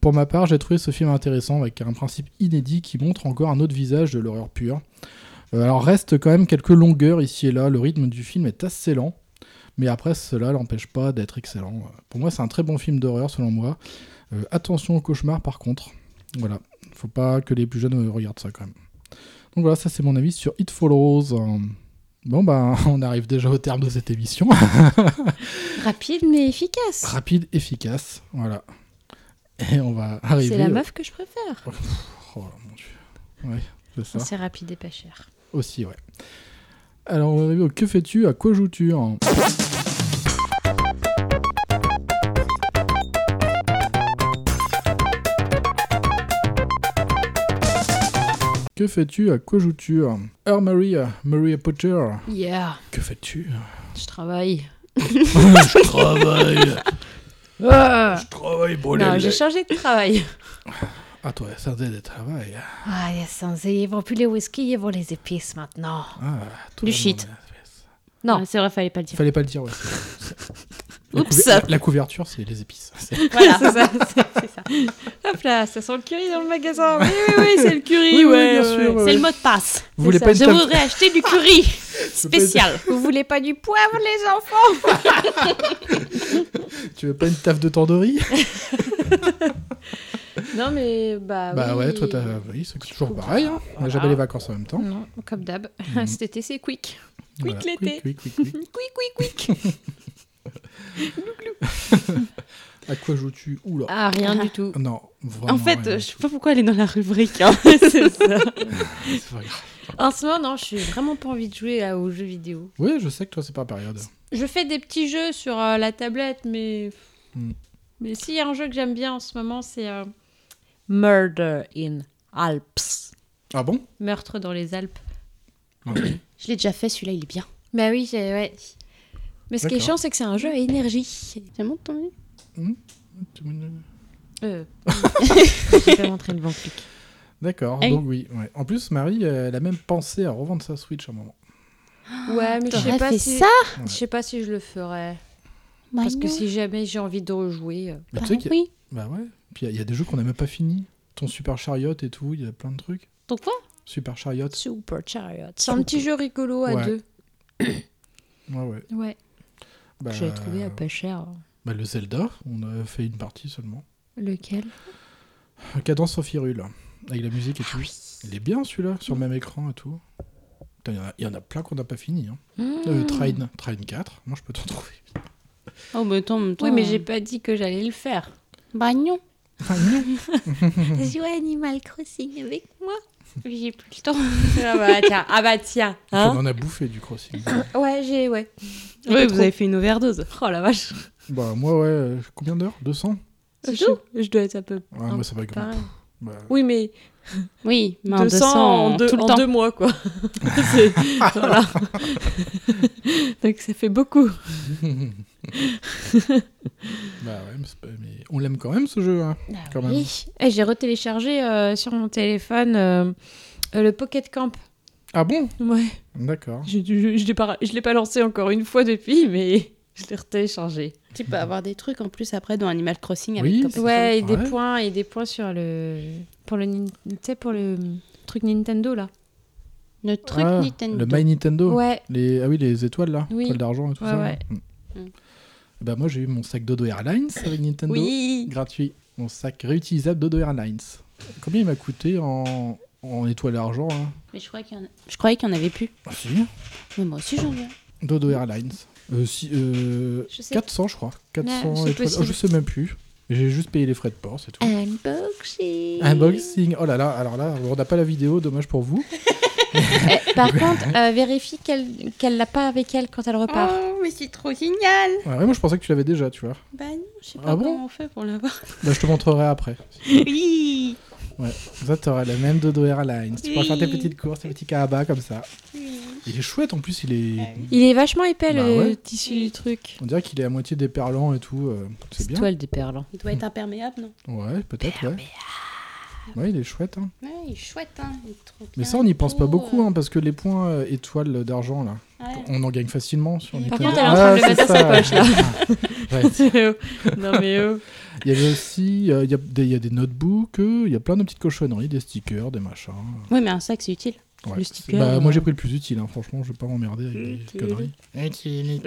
Speaker 1: Pour ma part, j'ai trouvé ce film intéressant avec un principe inédit qui montre encore un autre visage de l'horreur pure. Euh, alors reste quand même quelques longueurs ici et là, le rythme du film est assez lent, mais après cela l'empêche pas d'être excellent. Euh, Pour moi c'est un très bon film d'horreur selon moi. Euh, attention au cauchemar par contre, voilà, faut pas que les plus jeunes euh, regardent ça quand même. Donc voilà, ça c'est mon avis sur It Follows. Euh, Bon ben on arrive déjà au terme de cette émission.
Speaker 4: Rapide mais efficace.
Speaker 1: Rapide, efficace, voilà. Et on va arriver...
Speaker 4: C'est la
Speaker 1: au-
Speaker 4: meuf que je préfère.
Speaker 1: Oh là, mon dieu. Ouais, c'est ça.
Speaker 4: C'est rapide et pas cher.
Speaker 1: Aussi, ouais. Alors, on va arriver au que fais-tu, à quoi joues-tu hein en- Que fais-tu, à quoi joues-tu Her Maria, Maria Potter.
Speaker 4: Yeah,
Speaker 1: Que fais-tu
Speaker 4: je travaille.
Speaker 1: Je travaille
Speaker 4: Ah
Speaker 1: Je travaille pour
Speaker 4: non,
Speaker 1: les
Speaker 4: j'ai
Speaker 1: laits.
Speaker 4: changé de travail.
Speaker 1: Ah, toi, ça c'est de travail.
Speaker 4: Ah, les sanzés, ils vont plus les whisky, ils vont les épices maintenant.
Speaker 1: Ah, tout
Speaker 4: Du
Speaker 1: le
Speaker 4: shit.
Speaker 1: monde.
Speaker 5: Ah,
Speaker 4: Non, c'est vrai, fallait pas le dire.
Speaker 1: Fallait pas le dire, ouais. c'est- La,
Speaker 4: Oups.
Speaker 1: couver- la- la couverture, c'est les épices. C'est-
Speaker 4: Voilà, c'est ça, c'est- c'est ça. Hop là, ça sent le curry dans le magasin. Oui, oui, oui, c'est le curry.
Speaker 1: Oui, oui,
Speaker 4: ouais,
Speaker 1: bien
Speaker 4: ouais,
Speaker 1: sûr,
Speaker 4: ouais.
Speaker 1: ouais,
Speaker 5: C'est
Speaker 1: ouais.
Speaker 5: le mot de passe.
Speaker 1: Vous voulez pas une
Speaker 5: Je
Speaker 1: table-
Speaker 5: voudrais acheter du curry
Speaker 1: pas une-
Speaker 5: spécial.
Speaker 4: Vous voulez pas du poivre, les enfants
Speaker 1: Tu veux pas une taf de tandoori
Speaker 4: Non, mais
Speaker 5: Ah
Speaker 4: bah.
Speaker 1: Bah
Speaker 4: oui.
Speaker 1: ouais, toi, t'as... Oui, c'est toujours pareil. Hein. On n'a jamais les vacances en même temps.
Speaker 4: Non, comme d'hab. Cet été, c'est quick.
Speaker 1: Voilà.
Speaker 5: Quick l'été.
Speaker 1: Quick, quick, quick, quick.
Speaker 5: quick, quick, quick.
Speaker 1: À quoi joues-tu Oula.
Speaker 5: Ah, rien du tout.
Speaker 1: Non, vraiment.
Speaker 5: en fait,
Speaker 1: rien.
Speaker 5: euh, je sais pas pourquoi elle est dans la rubrique. hein. c'est ça.
Speaker 1: C'est pas grave.
Speaker 4: En ce moment, non, je suis vraiment pas envie de jouer là, aux jeux vidéo.
Speaker 1: Oui, je sais que toi, c'est pas la période.
Speaker 4: Je fais des petits jeux sur euh, la tablette, mais.
Speaker 1: Hmm.
Speaker 4: Mais s'il y a un jeu que j'aime bien en ce moment, c'est euh, Murder in Alps.
Speaker 1: Ah bon
Speaker 4: Meurtre dans les Alpes.
Speaker 5: Je l'ai déjà fait, celui-là, il est bien.
Speaker 4: Bah oui, j'ai- ouais. Mais ce qui est
Speaker 5: D'accord.
Speaker 4: chiant, c'est que c'est un jeu à énergie.
Speaker 5: Ça monte ton nez
Speaker 4: Euh. j'ai pas montré le bon clic.
Speaker 1: D'accord,
Speaker 4: Hey.
Speaker 1: donc oui. ouais. En plus, Marie, euh, elle a même pensé à revendre sa Switch à un moment.
Speaker 4: Ouais, mais je sais
Speaker 5: T'aurais
Speaker 4: pas
Speaker 5: fait
Speaker 4: si.
Speaker 5: ça
Speaker 4: Je sais pas si je le ferais.
Speaker 5: My
Speaker 4: Parce que
Speaker 5: God.
Speaker 4: si jamais j'ai envie de rejouer. euh,
Speaker 5: Ah
Speaker 1: Bah, tu sais qu'il y a- Bah ouais. Puis il y, a des jeux qu'on n'a même pas fini. Ton Super Chariot et tout, il y a plein de trucs.
Speaker 4: Ton quoi
Speaker 1: Super Chariot.
Speaker 4: Super Chariot. C'est un petit jeu rigolo
Speaker 1: Ouais.
Speaker 4: à
Speaker 1: Bah,
Speaker 4: deux.
Speaker 1: Ouais, ouais.
Speaker 4: Ouais.
Speaker 1: Bah,
Speaker 4: J'avais trouvé à pas cher.
Speaker 1: bah, le Zelda, on a fait une partie seulement. Euh,
Speaker 4: Lequel
Speaker 1: Cadence of Hyrule, avec la musique et
Speaker 4: Ah
Speaker 1: tout. Il est bien celui-là, sur le même écran et tout. Putain, Il y en a- il y, en a plein qu'on n'a pas fini. Hein.
Speaker 4: Hmm.
Speaker 1: Euh,
Speaker 5: Mmh.
Speaker 1: Train, Train 4, moi je peux t'en trouver.
Speaker 4: Ah.
Speaker 5: Oh, mais attends, en même temps,
Speaker 4: Oui, mais
Speaker 5: euh,
Speaker 4: j'ai pas dit que j'allais le faire.
Speaker 5: Bah non.
Speaker 4: Joue à Animal Crossing avec moi.
Speaker 5: J'ai plus le temps.
Speaker 4: ah bah tiens, ah bah tiens. hein.
Speaker 1: on en a bouffé du crossing.
Speaker 4: ouais, j'ai ouais.
Speaker 5: Oui,
Speaker 4: J'ai
Speaker 5: vous
Speaker 4: trop-
Speaker 5: avez fait une overdose. Oh la vache.
Speaker 1: bah moi ouais, euh, combien d'heures 200
Speaker 4: Je, sais- je dois être un peu.
Speaker 1: Ouais,
Speaker 4: un
Speaker 1: moi,
Speaker 4: peu
Speaker 1: ça va que-
Speaker 4: pareil.
Speaker 1: Bah,
Speaker 4: Oui, mais
Speaker 5: Oui, mais en
Speaker 4: 200,
Speaker 5: 200,
Speaker 4: en, deux,
Speaker 5: tout le
Speaker 4: en
Speaker 5: temps.
Speaker 4: deux mois, quoi. C'est- voilà. Donc ça fait beaucoup.
Speaker 1: bah ouais, mais, c'est pas- mais on l'aime quand même ce jeu. Hein, quand même.
Speaker 4: Oui. Eh, J'ai retéléchargé euh, sur mon téléphone euh, euh, le Pocket Camp.
Speaker 1: Ah bon
Speaker 4: Ouais.
Speaker 1: D'accord.
Speaker 4: Je, je, je l'ai pas, je l'ai pas lancé encore une fois depuis, mais je l'ai retéléchargé.
Speaker 5: Tu peux avoir des trucs en plus après dans Animal Crossing
Speaker 1: Oui,
Speaker 5: avec ton
Speaker 4: Ouais, et des
Speaker 5: Ouais.
Speaker 4: points, et des points sur le pour le, nin- tu sais, pour le truc Nintendo là.
Speaker 5: Le truc
Speaker 1: Ah, Le My
Speaker 5: Oh.
Speaker 1: Nintendo
Speaker 4: Ouais.
Speaker 1: Les, ah oui, les étoiles là,
Speaker 4: Oui.
Speaker 1: étoiles d'argent et tout
Speaker 4: Ouais,
Speaker 1: ça.
Speaker 4: ouais.
Speaker 1: Mm. Bah moi j'ai eu mon sac Dodo Airlines avec Nintendo.
Speaker 5: Oh.
Speaker 4: Oui.
Speaker 1: Gratuit. Mon sac réutilisable Dodo Airlines. Combien il m'a coûté en, en étoiles d'argent hein
Speaker 5: Mais je crois qu'il y en a- je croyais qu'il n'y en avait plus.
Speaker 1: Ah, c'est bien.
Speaker 5: Mais moi aussi j'en ai.
Speaker 1: Dodo Airlines. Euh, si- euh,
Speaker 5: Je sais.
Speaker 1: 400 je crois. 400
Speaker 5: c'est
Speaker 1: étoiles.
Speaker 5: possible.
Speaker 1: oh, je sais même plus. J'ai juste payé les frais de port, c'est tout.
Speaker 5: Ah,
Speaker 4: Unboxing.
Speaker 1: Unboxing. Oh là là, alors là, on n'a pas la vidéo, dommage pour vous.
Speaker 5: Eh,
Speaker 4: Par contre, euh, vérifie qu'elle qu'elle l'a pas avec elle quand elle repart.
Speaker 5: Oh, mais c'est trop génial
Speaker 1: Ouais, moi je pensais que tu l'avais déjà, tu vois.
Speaker 5: Bah non, je sais
Speaker 1: Ah
Speaker 5: pas
Speaker 1: bon
Speaker 5: comment on fait pour l'avoir.
Speaker 1: Bah, je te montrerai après.
Speaker 5: oui
Speaker 1: Ouais, comme ça t'auras la même Dodo Airlines. Tu pourras
Speaker 4: Oui.
Speaker 1: faire tes petites courses, tes petits carabas comme ça. Il est chouette en plus, il est.
Speaker 4: Il est vachement épais
Speaker 1: Bah
Speaker 4: le
Speaker 1: ouais.
Speaker 4: tissu du truc.
Speaker 1: On dirait qu'il est à moitié déperlant et tout. euh, c'est bien.
Speaker 4: Toile des hein. perlants.
Speaker 5: Il doit être imperméable, non
Speaker 1: Ouais, peut-être, ouais. Ouais, il est chouette. hein.
Speaker 5: Ouais, il est chouette, hein. Il est trop bien.
Speaker 1: Mais ça, on n'y pense pas beaucoup, hein, parce que les points euh, étoiles d'argent, là,
Speaker 5: euh, Ouais.
Speaker 1: on en gagne facilement. Si on
Speaker 4: Par
Speaker 1: était-
Speaker 4: contre, elle est en train de le
Speaker 1: c'est
Speaker 4: mettre dans
Speaker 1: ça.
Speaker 4: sa poche, là.
Speaker 1: Ouais.
Speaker 4: C'est haut. Non, mais
Speaker 1: oh,
Speaker 4: haut.
Speaker 1: Il y avait aussi, euh, il, y a des, il y a des notebooks, euh, il y a plein de petites cochonneries, des stickers, des machins.
Speaker 5: Oui, mais un sac c'est utile.
Speaker 1: Ouais.
Speaker 5: Le sticker.
Speaker 1: Bah, Moi, j'ai
Speaker 5: euh,
Speaker 1: pris le plus utile, hein. franchement, je vais pas m'emmerder avec des
Speaker 4: Utile.
Speaker 1: conneries.
Speaker 4: Utile.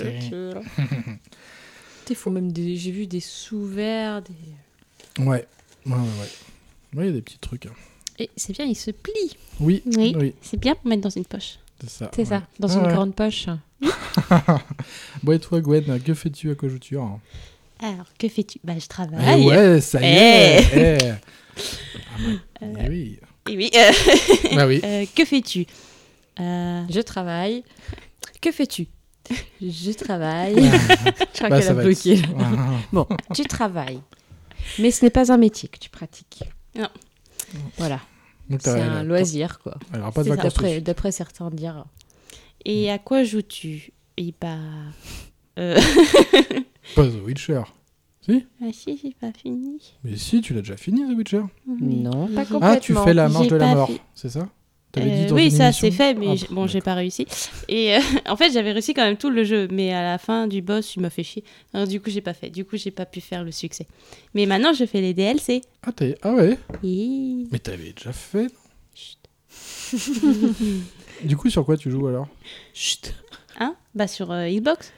Speaker 4: Putain, faut même des- J'ai vu des sous-verts. des-
Speaker 1: Ouais, ouais, ouais. ouais. Ouais, il y a des petits trucs. hein.
Speaker 4: Et c'est bien, il se plie.
Speaker 1: Oui,
Speaker 5: Oui,
Speaker 1: oui.
Speaker 5: c'est bien pour mettre dans une poche.
Speaker 1: C'est ça.
Speaker 4: C'est ça, dans
Speaker 1: Ouais,
Speaker 4: une
Speaker 1: ouais.
Speaker 4: grande poche.
Speaker 1: Bon, et toi, Gwen, que fais-tu à quoi joues-tu hein
Speaker 5: Alors, que fais-tu Bah, je
Speaker 1: Eh
Speaker 5: travaille.
Speaker 1: ouais, ça y
Speaker 5: Eh.
Speaker 1: est eh. Ah, mais-
Speaker 5: Euh,
Speaker 1: eh oui.
Speaker 5: Et oui. euh,
Speaker 1: Bah oui.
Speaker 5: euh, que fais-tu Euh,
Speaker 4: Je travaille. Que fais-tu Je travaille. Je crois
Speaker 5: Bah,
Speaker 4: qu'elle
Speaker 5: ça
Speaker 4: a
Speaker 5: va
Speaker 4: bloqué.
Speaker 5: être-
Speaker 4: là.
Speaker 5: Ouais.
Speaker 4: bon, tu travailles. Mais ce n'est pas un métier que tu pratiques.
Speaker 5: Non.
Speaker 4: Voilà.
Speaker 1: Donc, t'as-
Speaker 4: C'est un loisir, quoi.
Speaker 1: Elle aura pas de
Speaker 4: C'est ça.
Speaker 1: vacances. Hmm.
Speaker 4: D'après- D'après certains dire.
Speaker 5: Et à quoi joues-tu Eh bah. Euh...
Speaker 1: Pas The Witcher. Si
Speaker 5: ah si, j'ai pas fini.
Speaker 1: Mais si, tu l'as déjà fini, The Witcher.
Speaker 4: Non, pas
Speaker 1: Ah, tu fais la marche
Speaker 5: J'ai
Speaker 1: de la
Speaker 5: pas
Speaker 1: mort,
Speaker 5: fait-
Speaker 1: c'est ça T'avais
Speaker 5: Euh,
Speaker 1: dit dans
Speaker 5: oui,
Speaker 1: une
Speaker 5: ça
Speaker 1: émission
Speaker 5: c'est fait, mais
Speaker 1: Ah,
Speaker 5: j'- bon, j'ai pas réussi. Et euh, en fait, j'avais réussi quand même tout le jeu, mais à la fin du boss, il m'a fait chier. Alors, du coup, j'ai pas fait. Du coup, j'ai pas pu faire le succès. Mais maintenant, je fais les DLC.
Speaker 1: Ah, t'es- ah ouais
Speaker 5: Et...
Speaker 1: Mais t'avais déjà fait Du coup, sur quoi tu joues alors
Speaker 5: Chut. Hein Bah sur euh, Xbox.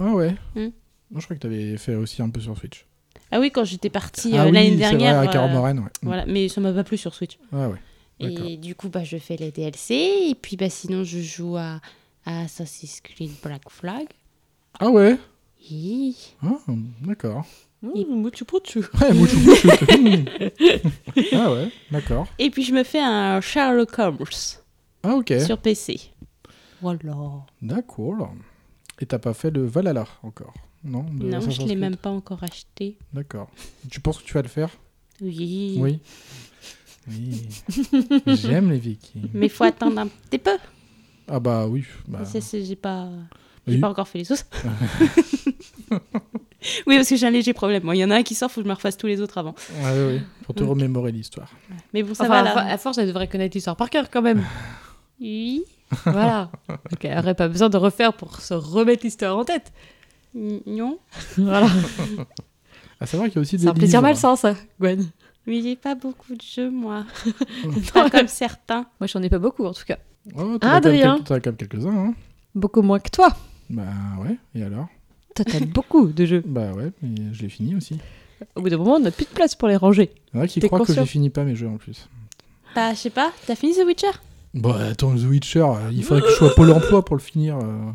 Speaker 1: Ah ouais
Speaker 5: Hmm.
Speaker 1: Moi, je crois que t'avais fait aussi un peu sur Switch.
Speaker 5: Ah oui, quand j'étais partie
Speaker 1: Ah
Speaker 5: euh,
Speaker 1: oui,
Speaker 5: l'année
Speaker 1: c'est vrai,
Speaker 5: dernière. euh,
Speaker 1: à Camargue, ouais.
Speaker 5: Voilà, mais ça m'a pas plu sur Switch.
Speaker 1: Ah ouais.
Speaker 5: Et du coup, bah, je fais les DLC. Et puis, bah, sinon, je joue à, à Assassin's Creed Black Flag.
Speaker 1: Ah ouais
Speaker 5: Hi.
Speaker 1: Ah, D'accord.
Speaker 4: Mmh,
Speaker 5: Mouchou Pouchou.
Speaker 1: Ouais, mouchou mouchou. Mmh. ah ouais, d'accord.
Speaker 5: Et puis je me fais un Sherlock Holmes.
Speaker 1: Ah ok.
Speaker 5: Sur PC. Voilà.
Speaker 1: D'accord. Et t'as pas fait le Valhalla encore Non, de
Speaker 5: non, je
Speaker 1: Assassin's
Speaker 5: l'ai
Speaker 1: Creed
Speaker 5: même pas encore acheté.
Speaker 1: D'accord. Tu penses que tu vas le faire
Speaker 5: Oui.
Speaker 1: Oui. Oui. J'aime les Vikings.
Speaker 5: Mais faut attendre un petit peu.
Speaker 1: Ah bah oui. Bah...
Speaker 5: C'est- c'est- J'ai pas,
Speaker 1: Oui.
Speaker 5: j'ai pas encore fait les sauces. oui, parce que j'ai un léger problème. Moi, Il y en a un qui sort, faut que je me refasse tous les autres avant.
Speaker 1: Ah oui, oui, pour te
Speaker 5: Ok.
Speaker 1: remémorer l'histoire.
Speaker 5: Mais bon, ça
Speaker 4: Enfin,
Speaker 5: va là.
Speaker 4: à fo- à force, elle devrait connaître l'histoire par cœur quand même.
Speaker 5: Oui.
Speaker 4: Voilà. Donc elle aurait pas besoin de refaire pour se remettre l'histoire en tête.
Speaker 5: Non.
Speaker 4: Voilà.
Speaker 1: À savoir qu'il y a aussi des
Speaker 4: C'est un plaisir
Speaker 1: livres.
Speaker 4: malsain, ça, Gwen.
Speaker 5: Mais j'ai pas beaucoup de jeux, moi. pas comme certains.
Speaker 4: Moi, j'en ai pas beaucoup, en tout cas.
Speaker 1: Oh, t'en as
Speaker 4: Ah,
Speaker 1: quand même
Speaker 4: Adrien,
Speaker 1: quelques- t'en as quand même quelques-uns. Hein.
Speaker 4: beaucoup moins que toi.
Speaker 1: Bah ouais, et alors
Speaker 4: Toi, t'as beaucoup de jeux.
Speaker 1: Bah ouais, mais je l'ai fini aussi.
Speaker 4: Au bout d'un moment, on n'a plus de place pour les ranger.
Speaker 1: Il y en a qui
Speaker 4: T'es
Speaker 1: croient que je
Speaker 4: conscient
Speaker 1: les finis pas mes jeux en plus.
Speaker 5: Bah, je sais pas, t'as fini The Witcher
Speaker 1: Bon, attends, The Witcher, euh, il faudrait que je sois à Pôle emploi pour le finir. euh.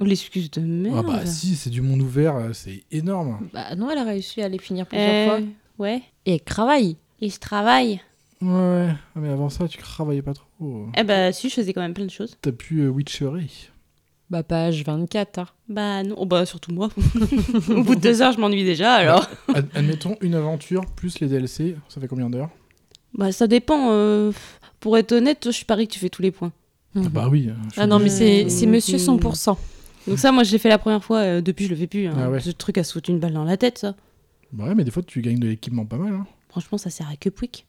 Speaker 5: Oh, l'excuse de merde.
Speaker 1: Ah bah si, c'est du monde ouvert, euh, c'est énorme.
Speaker 4: Bah non, elle a réussi à les finir plusieurs
Speaker 5: Euh,
Speaker 4: fois.
Speaker 5: Ouais.
Speaker 4: Et elle travaille.
Speaker 5: Et je travaille.
Speaker 1: Ouais, ouais, Ah, mais avant ça, tu travaillais pas trop. euh.
Speaker 5: Eh bah, si, je faisais quand même plein de choses.
Speaker 1: T'as pu euh, Witcherer.
Speaker 4: Bah, page 24, hein.
Speaker 5: Bah, non. Oh, bah, surtout moi. Au bout de deux heures, je m'ennuie déjà, alors.
Speaker 1: Ad- Admettons une aventure plus les DLC, ça fait combien d'heures
Speaker 5: Bah, ça dépend. euh, Pour être honnête, je parie que tu fais tous les points.
Speaker 1: Ah Bah oui. euh, je suis
Speaker 4: Ah non, mais
Speaker 1: obligé.
Speaker 4: c'est c'est monsieur 100%.
Speaker 5: Donc, ça, moi, je l'ai fait la première fois. euh, depuis, je le fais plus. hein.
Speaker 1: Ah ouais.
Speaker 5: Ce truc a sauté une balle dans la tête, ça.
Speaker 1: Bah ouais, mais des fois tu gagnes de l'équipement pas mal. Hein.
Speaker 5: Franchement, ça sert à que pouic.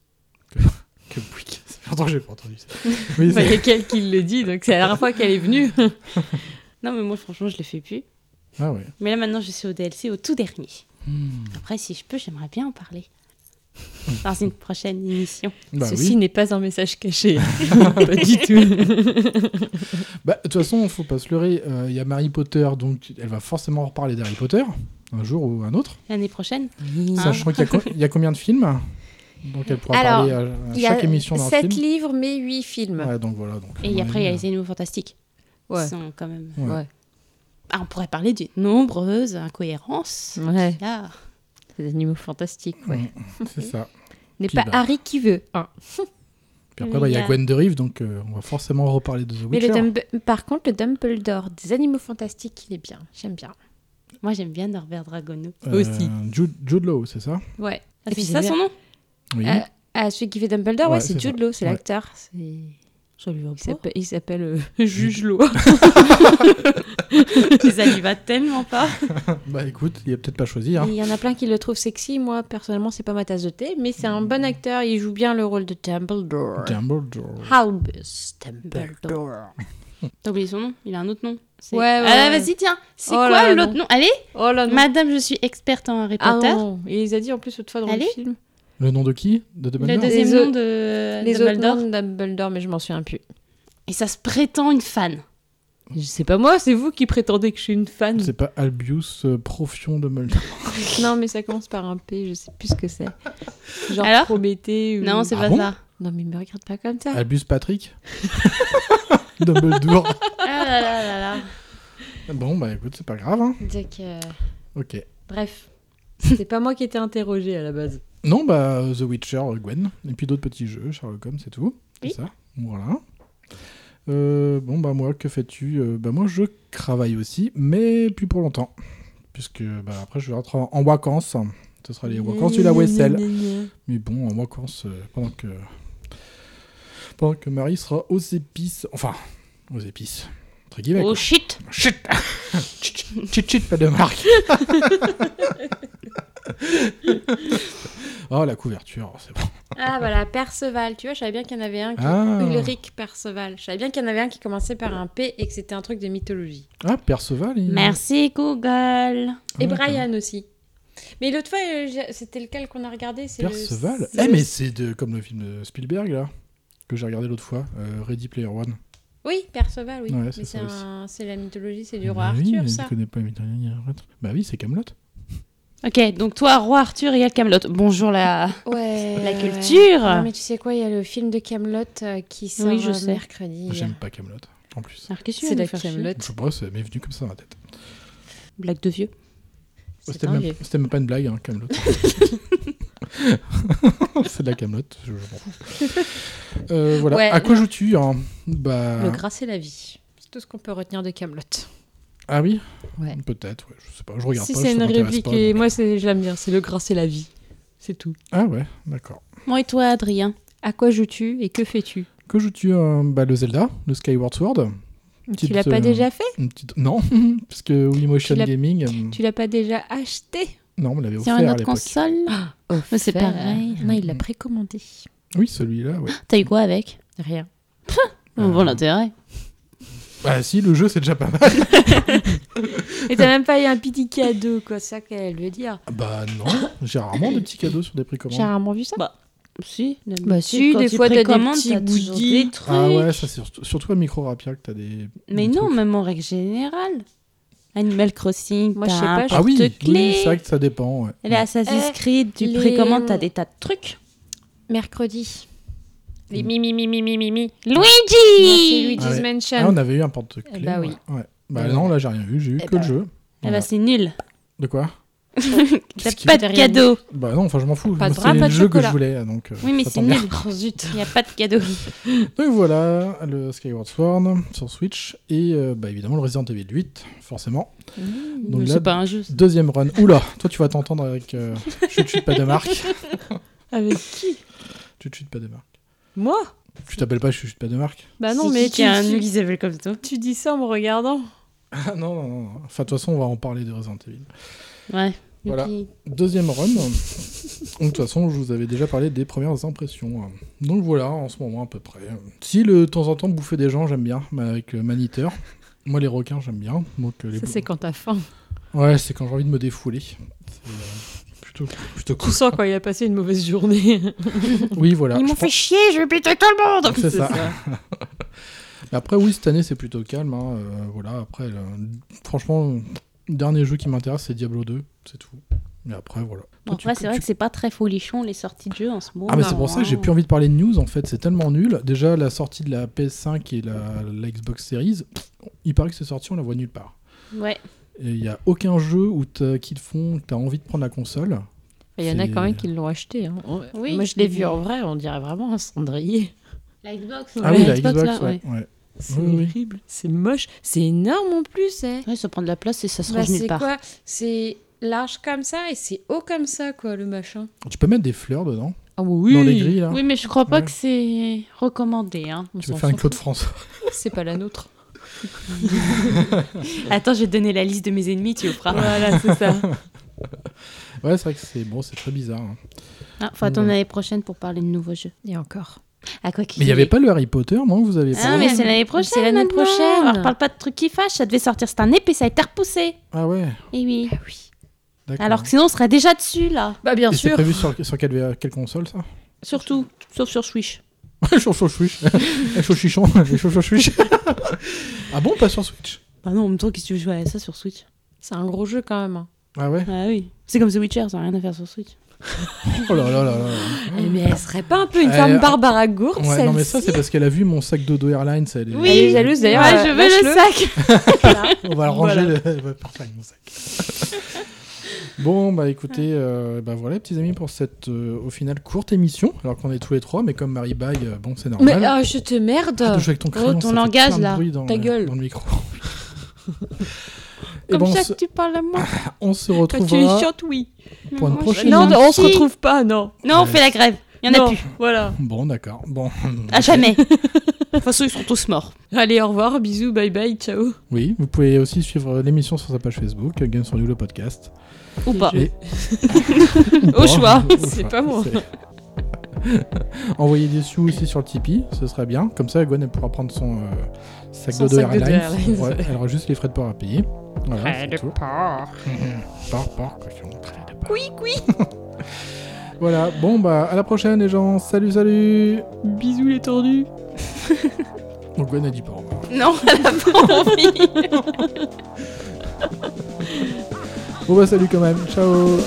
Speaker 1: Que pouic. Ça fait longtemps que j'ai pas entendu ça. Oui,
Speaker 4: Bah,
Speaker 1: c'est-
Speaker 4: Il y a quelqu'un qui le dit, donc c'est la dernière fois qu'elle est venue.
Speaker 5: Non, mais moi, franchement, je le fais plus.
Speaker 1: Ah ouais.
Speaker 5: Mais là, maintenant, je suis au DLC, au tout dernier.
Speaker 4: Hmm.
Speaker 5: Après, si je peux, j'aimerais bien en parler. Dans une prochaine émission.
Speaker 1: Bah
Speaker 4: Ceci
Speaker 1: oui.
Speaker 4: n'est pas un message caché. pas du tout.
Speaker 1: Bah, de toute façon, faut pas se leurrer. euh, Il y a Marie Potter, donc elle va forcément reparler d'Harry Potter, un jour ou un autre.
Speaker 5: L'année prochaine. Hein
Speaker 1: Sachant qu'il y a co- il y, a combien de films Donc elle pourra
Speaker 4: Hein. Alors,
Speaker 1: parler à, à
Speaker 4: il y a
Speaker 1: chaque émission d'un
Speaker 4: 7
Speaker 1: film.
Speaker 4: livres, mais 8 films.
Speaker 1: Ouais, donc voilà. Donc, à
Speaker 5: Et
Speaker 1: mon
Speaker 5: après, il y a
Speaker 1: avis,
Speaker 5: les animaux fantastiques.
Speaker 4: Ouais.
Speaker 5: Ils sont quand même.
Speaker 1: Ouais.
Speaker 4: Ouais.
Speaker 5: Ah, on pourrait parler des nombreuses incohérences.
Speaker 4: Ouais.
Speaker 5: qu'il y a.
Speaker 4: Des animaux fantastiques, ouais.
Speaker 1: euh, C'est ça.
Speaker 4: N'est
Speaker 1: Puis
Speaker 4: pas
Speaker 1: bah.
Speaker 4: Harry qui veut. hein.
Speaker 1: Puis après, bah, il y a Gwen de Rive, donc euh, on va forcément reparler de The
Speaker 4: Mais
Speaker 1: Witcher.
Speaker 4: le Dumb- par contre, le Dumbledore des animaux fantastiques, il est bien. J'aime bien.
Speaker 5: Moi, j'aime bien Norbert Dragono.
Speaker 1: Euh, Jude, Jude Law, c'est ça
Speaker 4: Ouais.
Speaker 5: Ah,
Speaker 4: Et puis
Speaker 5: c'est
Speaker 4: j'aime
Speaker 5: ça son
Speaker 4: bien-
Speaker 5: nom
Speaker 1: Oui.
Speaker 4: Ah, ah, celui qui fait Dumbledore, ouais,
Speaker 1: Ouais,
Speaker 4: c'est
Speaker 1: c'est
Speaker 4: Jude
Speaker 1: ça.
Speaker 4: Law, c'est
Speaker 1: Ouais.
Speaker 4: l'acteur. C'est-
Speaker 5: Ça lui va
Speaker 4: Il s'appelle- Il s'appelle euh,
Speaker 5: Jude.
Speaker 4: Juge Law.
Speaker 5: Tu les alivas tellement pas.
Speaker 1: Bah écoute, il a peut-être pas choisi. Hein.
Speaker 4: Il y en a plein qui le trouvent sexy. Moi, personnellement, c'est pas ma tasse de thé, mais c'est un bon acteur. Il joue bien le rôle de Dumbledore.
Speaker 1: Dumbledore.
Speaker 4: Albus Dumbledore.
Speaker 5: T'as oublié son nom Il a un autre nom. C'est-
Speaker 4: Ouais, ouais,
Speaker 5: Ah,
Speaker 4: ouais.
Speaker 5: vas-y, tiens. C'est
Speaker 4: Oh là
Speaker 5: quoi
Speaker 4: là,
Speaker 5: l'autre
Speaker 4: non.
Speaker 5: nom Allez,
Speaker 4: Oh là non.
Speaker 5: madame, je suis experte en Harry
Speaker 4: Ah
Speaker 5: Potter.
Speaker 4: non, il les a dit en plus autrefois dans
Speaker 5: Allez.
Speaker 4: le film.
Speaker 1: Le nom de qui De Dumbledore
Speaker 5: le deuxième
Speaker 4: Les
Speaker 5: nom
Speaker 4: autres-
Speaker 5: de
Speaker 4: Les
Speaker 5: Euh, Dumbledore.
Speaker 4: autres noms de Dumbledore, mais je m'en souviens plus.
Speaker 5: Et ça se prétend une fan.
Speaker 4: Je sais pas moi, c'est vous qui prétendez que je suis une fan.
Speaker 1: C'est pas Albius euh, Profion Dumbledore.
Speaker 4: Non, mais ça commence par un P, je sais plus ce que c'est. Genre
Speaker 5: Alors
Speaker 4: Prométhée ou...
Speaker 5: Non, c'est
Speaker 1: Ah
Speaker 5: pas
Speaker 1: bon
Speaker 5: ça.
Speaker 4: Non, mais me regarde pas comme ça.
Speaker 1: Albus Patrick Dumbledore.
Speaker 5: Ah là là là là.
Speaker 1: Bon, bah écoute, c'est pas grave. Hein.
Speaker 4: Donc, euh,
Speaker 1: Ok.
Speaker 4: bref, c'est pas moi qui étais interrogée à la base.
Speaker 1: Non, bah The Witcher, euh, Gwen, et puis d'autres petits jeux, Sherlock Holmes, c'est tout. C'est ça. Voilà. Euh, bon, bah moi, que fais-tu Euh, Bah moi, je travaille aussi, mais plus pour longtemps. Puisque bah, après, je vais rentrer en- en vacances. Ce sera les vacances du la Wessel. Mais bon, en vacances, euh, pendant que. Pendant que Marie sera aux épices. Enfin, aux épices. Entre guillemets.
Speaker 5: Oh
Speaker 1: quoi.
Speaker 5: shit
Speaker 1: Chut Chut, chut, chut, chut, pas de marque Oh, la couverture, c'est bon.
Speaker 4: Ah voilà, Perceval, tu vois, je savais bien qu'il y en avait un qui...
Speaker 1: Ah.
Speaker 4: Ulrich Perceval. Je savais bien qu'il y en avait un qui commençait par un P et que c'était un truc de mythologie.
Speaker 1: Ah, Perceval, il...
Speaker 5: Merci Google.
Speaker 4: et
Speaker 1: d'accord.
Speaker 4: Brian aussi. Mais l'autre fois, euh, j'ai- c'était lequel qu'on a regardé c'est le-
Speaker 1: Perceval Eh,
Speaker 4: c'est le-
Speaker 1: mais c'est de... comme le film de Spielberg, là, que j'ai regardé l'autre fois, euh, Ready Player One.
Speaker 4: Oui, Perceval, oui.
Speaker 1: Ouais,
Speaker 4: Mais
Speaker 1: c'est
Speaker 4: c'est
Speaker 1: ça aussi.
Speaker 4: un- c'est la mythologie, c'est du
Speaker 1: Mais
Speaker 4: roi
Speaker 1: Bah oui,
Speaker 4: Arthur,
Speaker 1: je
Speaker 4: ça.
Speaker 1: connais pas Mythologie Arthur. Bah oui, c'est Camelot.
Speaker 5: Ok, donc toi, roi Arthur et elle Camelot. Bonjour la.
Speaker 4: Ouais. Ah,
Speaker 5: La culture.
Speaker 4: Non, mais tu sais quoi, il y a le film de Camelot qui sort
Speaker 5: Oui, je
Speaker 4: euh,
Speaker 5: sais.
Speaker 4: mercredi.
Speaker 1: Ah, J'aime pas Camelot. en plus.
Speaker 5: Alors, qu'est-ce que tu
Speaker 4: C'est
Speaker 5: viens
Speaker 4: la
Speaker 5: de faire chier
Speaker 4: Kaamelott.
Speaker 1: Je sais pas, ça m'est venu comme ça dans la tête.
Speaker 5: Blague de vieux.
Speaker 1: C'était même, c'était même pas une blague, hein, Camelot. c'est de la camelote, je, je m'en fous. Euh, voilà.
Speaker 4: Ouais,
Speaker 1: à quoi
Speaker 4: le-
Speaker 1: joues-tu hein bah...
Speaker 4: Le gras, c'est la vie. C'est tout ce qu'on peut retenir de Camelot.
Speaker 1: Ah oui
Speaker 4: Ouais.
Speaker 1: Peut-être, ouais, je sais pas. Je regarde
Speaker 4: si
Speaker 1: pas.
Speaker 4: c'est
Speaker 1: ça
Speaker 4: une
Speaker 1: m'intéresse
Speaker 4: réplique,
Speaker 1: pas,
Speaker 4: et
Speaker 1: donc.
Speaker 4: moi c'est- je l'aime bien, c'est le gras, c'est la vie. C'est tout.
Speaker 1: Ah ouais, d'accord.
Speaker 5: Moi et toi, Adrien.
Speaker 4: À quoi joues-tu et que fais-tu
Speaker 1: Que joues-tu euh, bah, Le Zelda, le Skyward Sword. Petite,
Speaker 4: l'as pas déjà fait
Speaker 1: une petite- Non, parce que Wii Motion
Speaker 5: Tu l'as-
Speaker 1: Gaming. euh,
Speaker 5: Tu l'as pas déjà acheté
Speaker 1: Non, on me l'avait
Speaker 5: Sur
Speaker 1: offert
Speaker 5: une
Speaker 1: à
Speaker 5: autre
Speaker 1: l'époque.
Speaker 5: console Mais C'est
Speaker 4: Offert.
Speaker 5: pareil.
Speaker 4: Non, il l'a précommandé.
Speaker 1: Oui, celui-là, ouais.
Speaker 5: Ah, T'as eu quoi avec
Speaker 4: Rien.
Speaker 1: Euh,
Speaker 5: Bon l'intérêt.
Speaker 1: Bah si, le jeu, c'est déjà pas mal.
Speaker 4: Et t'as même pas eu un petit cadeau, quoi, c'est ça qu'elle veut dire.
Speaker 1: bah non, j'ai rarement des petits cadeaux sur des précommandes.
Speaker 4: J'ai rarement vu ça.
Speaker 5: Bah, si.
Speaker 4: Bah si, des fois, t'as des petits goodies.
Speaker 1: Ah ouais, ça c'est surtout- surtout à Micro Rapia que t'as des.
Speaker 5: Mais non, même en règle générale. Animal Crossing,
Speaker 4: Moi,
Speaker 5: Moi,
Speaker 4: je sais pas,
Speaker 5: un
Speaker 4: je-
Speaker 1: Ah oui, oui,
Speaker 5: porte-clés. ben,
Speaker 1: c'est vrai que ça dépend. ouais.
Speaker 5: Les Assassin's
Speaker 4: Eh,
Speaker 5: Creed, tu
Speaker 4: les-
Speaker 5: précommandes, t'as des tas de trucs. Eh
Speaker 4: Mercredi.
Speaker 5: Les mi mi mi mi mi mi mi.
Speaker 4: Luigi
Speaker 1: Ah
Speaker 4: Luigi's
Speaker 1: ouais.
Speaker 4: Mansion.
Speaker 1: Ah, on avait eu un porte-clés.
Speaker 4: Eh
Speaker 5: ben
Speaker 4: bah oui.
Speaker 1: ouais. Ouais. Bah non, là j'ai rien eu, j'ai eu que le jeu.
Speaker 5: Ah
Speaker 1: Voilà.
Speaker 5: bah c'est nul.
Speaker 1: De quoi
Speaker 5: T'as
Speaker 1: Qu'est-ce qui-
Speaker 5: pas de cadeau.
Speaker 1: Bah non, enfin je m'en fous.
Speaker 5: Pas de
Speaker 1: C'est
Speaker 5: drap,
Speaker 1: le
Speaker 5: pas de
Speaker 1: jeu que je
Speaker 5: chocolat.
Speaker 1: voulais, donc. euh,
Speaker 5: Oui, mais
Speaker 1: ça
Speaker 5: c'est
Speaker 1: tombe bien.
Speaker 5: nul. Il n'y a pas de cadeau.
Speaker 1: Donc voilà, le Skyward Sword sur Switch et euh, bah, évidemment le Resident Evil 8, forcément.
Speaker 5: mais c'est pas un jeu, ça.
Speaker 1: Deuxième run. Oula, toi tu vas t'entendre avec euh, Chut Chut pas de marque.
Speaker 5: Ah
Speaker 4: Avec qui
Speaker 1: Chut Chut pas de marque.
Speaker 4: Moi
Speaker 1: Tu t'appelles pas Chut Chut pas de marque
Speaker 4: Bah non,
Speaker 5: Si,
Speaker 4: mais
Speaker 5: si,
Speaker 4: tu,
Speaker 5: t'es un
Speaker 4: tu-
Speaker 5: Isabelle comme toi.
Speaker 4: tu dis ça en me regardant.
Speaker 1: Ah non, non, non. non. Enfin de toute façon on va en parler de Resident Evil.
Speaker 5: Ouais.
Speaker 1: Voilà.
Speaker 5: Yuki.
Speaker 1: Deuxième run. Donc, de toute façon, je vous avais déjà parlé des premières impressions. Donc voilà, en ce moment à peu près. Si le de temps en temps bouffer des gens, j'aime bien, mais avec le Maniteur. Moi, les requins, j'aime bien. Donc, euh, les
Speaker 4: Ça, c'est quand t'as faim.
Speaker 1: Ouais, c'est quand j'ai envie de me défouler. C'est, euh, plutôt, plutôt
Speaker 4: Tu
Speaker 1: cool.
Speaker 4: sens quand il a passé une mauvaise journée.
Speaker 1: Oui, voilà.
Speaker 4: Ils
Speaker 1: Bah, je
Speaker 4: m'ont
Speaker 1: prends-
Speaker 4: fait chier, je vais péter tout le monde
Speaker 1: C'est ça. Mais Après, oui, cette année, c'est plutôt calme. hein, euh, voilà, après, le- franchement, le dernier jeu qui m'intéresse, c'est Diablo 2. C'est tout. Mais après, voilà.
Speaker 5: Bon, après, c'est vrai que c'est pas très folichon les sorties de jeux en ce moment.
Speaker 1: Ah mais c'est pour ça que j'ai
Speaker 5: Hein.
Speaker 1: plus envie de parler de news en fait, c'est tellement nul. Déjà la sortie de la PS5 et la, la Xbox Series, il paraît que c'est sorti, on la voit nulle part.
Speaker 5: Ouais.
Speaker 1: Et il n'y a aucun jeu où t'as- qu'ils font, que tu as envie de prendre la console.
Speaker 4: Il y en a
Speaker 1: C'est-
Speaker 4: quand même qui l'ont acheté. hein. On-
Speaker 5: Oui.
Speaker 4: Moi, je l'ai vu en vrai, on dirait vraiment un cendrier.
Speaker 5: La Xbox.
Speaker 1: Ah oui, la Xbox, ouais. ouais.
Speaker 4: C'est
Speaker 1: Oui, oui.
Speaker 4: horrible, c'est moche, c'est énorme en plus. hein.
Speaker 5: Ouais, ça prend de la place et ça se
Speaker 4: Bah,
Speaker 5: range nulle
Speaker 4: c'est
Speaker 5: part.
Speaker 4: quoi C'est large comme ça et c'est haut comme ça, quoi, le machin.
Speaker 1: Tu peux mettre des fleurs dedans,
Speaker 4: Ah oui
Speaker 1: dans les grilles là.
Speaker 5: Oui, mais je crois pas
Speaker 1: Ouais.
Speaker 5: que c'est recommandé. Hein.
Speaker 1: Tu veux faire une Claude France
Speaker 4: C'est pas la nôtre.
Speaker 5: Attends, je vais te donner la liste de mes ennemis, tu le feras.
Speaker 4: voilà, c'est ça.
Speaker 1: Ouais, c'est vrai que c'est bon, c'est très bizarre. hein.
Speaker 5: Ah, faut attendre l'année prochaine pour parler de nouveaux jeux.
Speaker 4: Et encore.
Speaker 5: À quoi qu'il
Speaker 1: Mais il n'y
Speaker 5: ait.
Speaker 1: avait pas le Harry Potter, non que Vous avez
Speaker 5: Ah,
Speaker 1: pas
Speaker 5: mais c'est l'année prochaine.
Speaker 4: C'est l'année
Speaker 5: maintenant.
Speaker 4: prochaine.
Speaker 5: Alors, parle pas de trucs qui fâchent. Ça devait sortir cette année, puis ça a été repoussé.
Speaker 1: Ah ouais,
Speaker 5: Et oui.
Speaker 4: oui.
Speaker 1: d'accord.
Speaker 5: Alors que sinon, on serait déjà dessus, là.
Speaker 4: Bah bien
Speaker 1: Et c'est
Speaker 4: sûr.
Speaker 1: prévu sur, sur quelle, quelle console ça
Speaker 5: Surtout, sauf sur Switch.
Speaker 1: Sur sur Switch. Sur Chichon, sur sur Switch. Ah bon, pas sur Switch
Speaker 5: Bah non, en même temps, qu'est-ce que tu veux jouer à ça sur Switch
Speaker 4: C'est un gros jeu quand même. hein.
Speaker 1: Ah ouais
Speaker 5: Ah oui. C'est comme The Witcher, ça n'a rien à faire sur Switch.
Speaker 1: Oh là là là là.
Speaker 4: Eh, Mais elle serait pas un peu une
Speaker 1: Euh,
Speaker 4: femme Barbara Gourde,
Speaker 1: Ouais,
Speaker 4: celle-ci
Speaker 1: non mais ça c'est parce qu'elle a vu mon sac dodo airlines. Elle est...
Speaker 4: Oui, elle est jalouse d'ailleurs.
Speaker 5: Ouais,
Speaker 4: euh,
Speaker 5: je veux le
Speaker 4: lâche-le.
Speaker 5: sac.
Speaker 1: On va le ranger. le- elle va faire mon sac. bon bah écoutez, euh, bah voilà les petits amis pour cette euh, au final courte émission. Alors qu'on est tous les trois, mais comme Marie Baye, euh, bon c'est normal.
Speaker 4: Mais ah, je te merde.
Speaker 1: Tu touches avec ton crayon,
Speaker 5: ton
Speaker 1: ça fait
Speaker 5: langage,
Speaker 1: plein de
Speaker 5: là.
Speaker 1: bruit dans,
Speaker 4: Ta
Speaker 1: euh,
Speaker 4: gueule.
Speaker 1: dans le micro. Et
Speaker 4: Comme
Speaker 1: bon, on
Speaker 4: ça
Speaker 1: se,
Speaker 4: que tu parles à moi.
Speaker 1: on se
Speaker 4: Quand tu es
Speaker 1: retrouvera
Speaker 4: chiante, oui.
Speaker 1: pour une
Speaker 5: Moi, je-
Speaker 1: prochaine.
Speaker 4: Non,
Speaker 5: non,
Speaker 4: on se
Speaker 5: si.
Speaker 4: retrouve pas, non.
Speaker 5: Non, on fait la grève. Il n'y en a plus.
Speaker 4: Voilà.
Speaker 1: Bon d'accord. Bon
Speaker 5: À jamais. De toute façon, ils sont tous morts.
Speaker 4: Allez, au revoir, bisous, bye bye, ciao.
Speaker 1: oui, vous pouvez aussi suivre l'émission sur sa page Facebook euh, Games for You le podcast.
Speaker 5: Ou pas.
Speaker 1: Et-
Speaker 5: Au
Speaker 1: Bon,
Speaker 5: choix.
Speaker 1: au
Speaker 4: C'est
Speaker 1: choix,
Speaker 4: pas moi.
Speaker 1: c'est- Envoyez des sous aussi sur le Tipeee, ce serait bien. Comme ça, Gwen elle pourra prendre son euh, sac
Speaker 4: Son
Speaker 1: de
Speaker 4: sac dodo
Speaker 1: Airlines.
Speaker 4: Airlines.
Speaker 1: Ouais, elle aura juste les frais de port à payer. Voilà, c'est tout.
Speaker 4: porc.
Speaker 1: Port, port, question, frais de port. Voilà, bon bah à la prochaine les gens, salut salut
Speaker 4: Bisous les tordus.
Speaker 1: Bon, Gwen a dit pas au revoir.
Speaker 5: Non, elle a pas envie.
Speaker 1: Bon bah salut quand même, ciao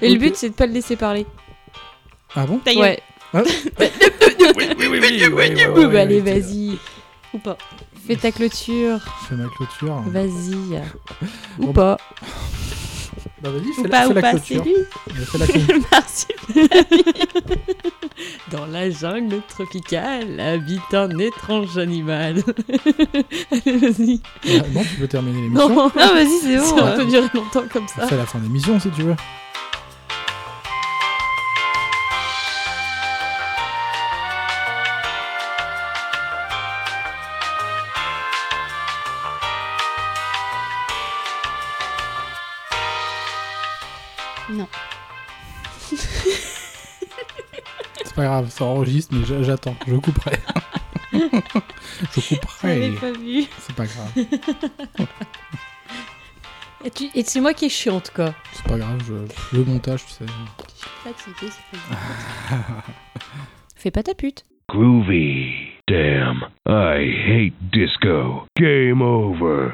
Speaker 5: Et le but, c'est de pas le laisser parler.
Speaker 1: Ah bon
Speaker 5: Ta gueule. Ouais.
Speaker 1: Hein
Speaker 5: oui,
Speaker 1: oui, oui, oui, oui, oui, oui,
Speaker 5: allez,
Speaker 1: oui,
Speaker 5: vas-y. Ou pas. Fais ta clôture.
Speaker 1: Fais ma clôture. hein.
Speaker 5: Vas-y.
Speaker 1: Bon,
Speaker 5: Ou pas.
Speaker 1: Bah vas-y,
Speaker 5: Ou
Speaker 1: fais la,
Speaker 5: pas,
Speaker 1: fais
Speaker 5: ou
Speaker 1: la
Speaker 5: pas, c'est
Speaker 1: clôture.
Speaker 5: lui.
Speaker 1: Je fais la clôture.
Speaker 4: Dans la jungle tropicale habite un étrange animal. Allez, vas-y.
Speaker 1: Ah, non, tu peux terminer
Speaker 4: Non,
Speaker 1: l'émission.
Speaker 4: non
Speaker 5: vas-y, c'est bon.
Speaker 4: Ça peut durer longtemps comme ça.
Speaker 1: C'est la fin de l'émission si tu veux.
Speaker 5: Non.
Speaker 1: C'est pas grave, ça enregistre, mais j'a- j'attends. Je couperai. je couperai.
Speaker 4: J'avais pas vu.
Speaker 1: C'est pas grave.
Speaker 4: Et, tu- et c'est moi qui est chiante, quoi.
Speaker 1: C'est pas grave, je- le montage, tu sais.
Speaker 4: Fais pas ta pute.
Speaker 13: Groovy. Damn. I hate disco. Game over.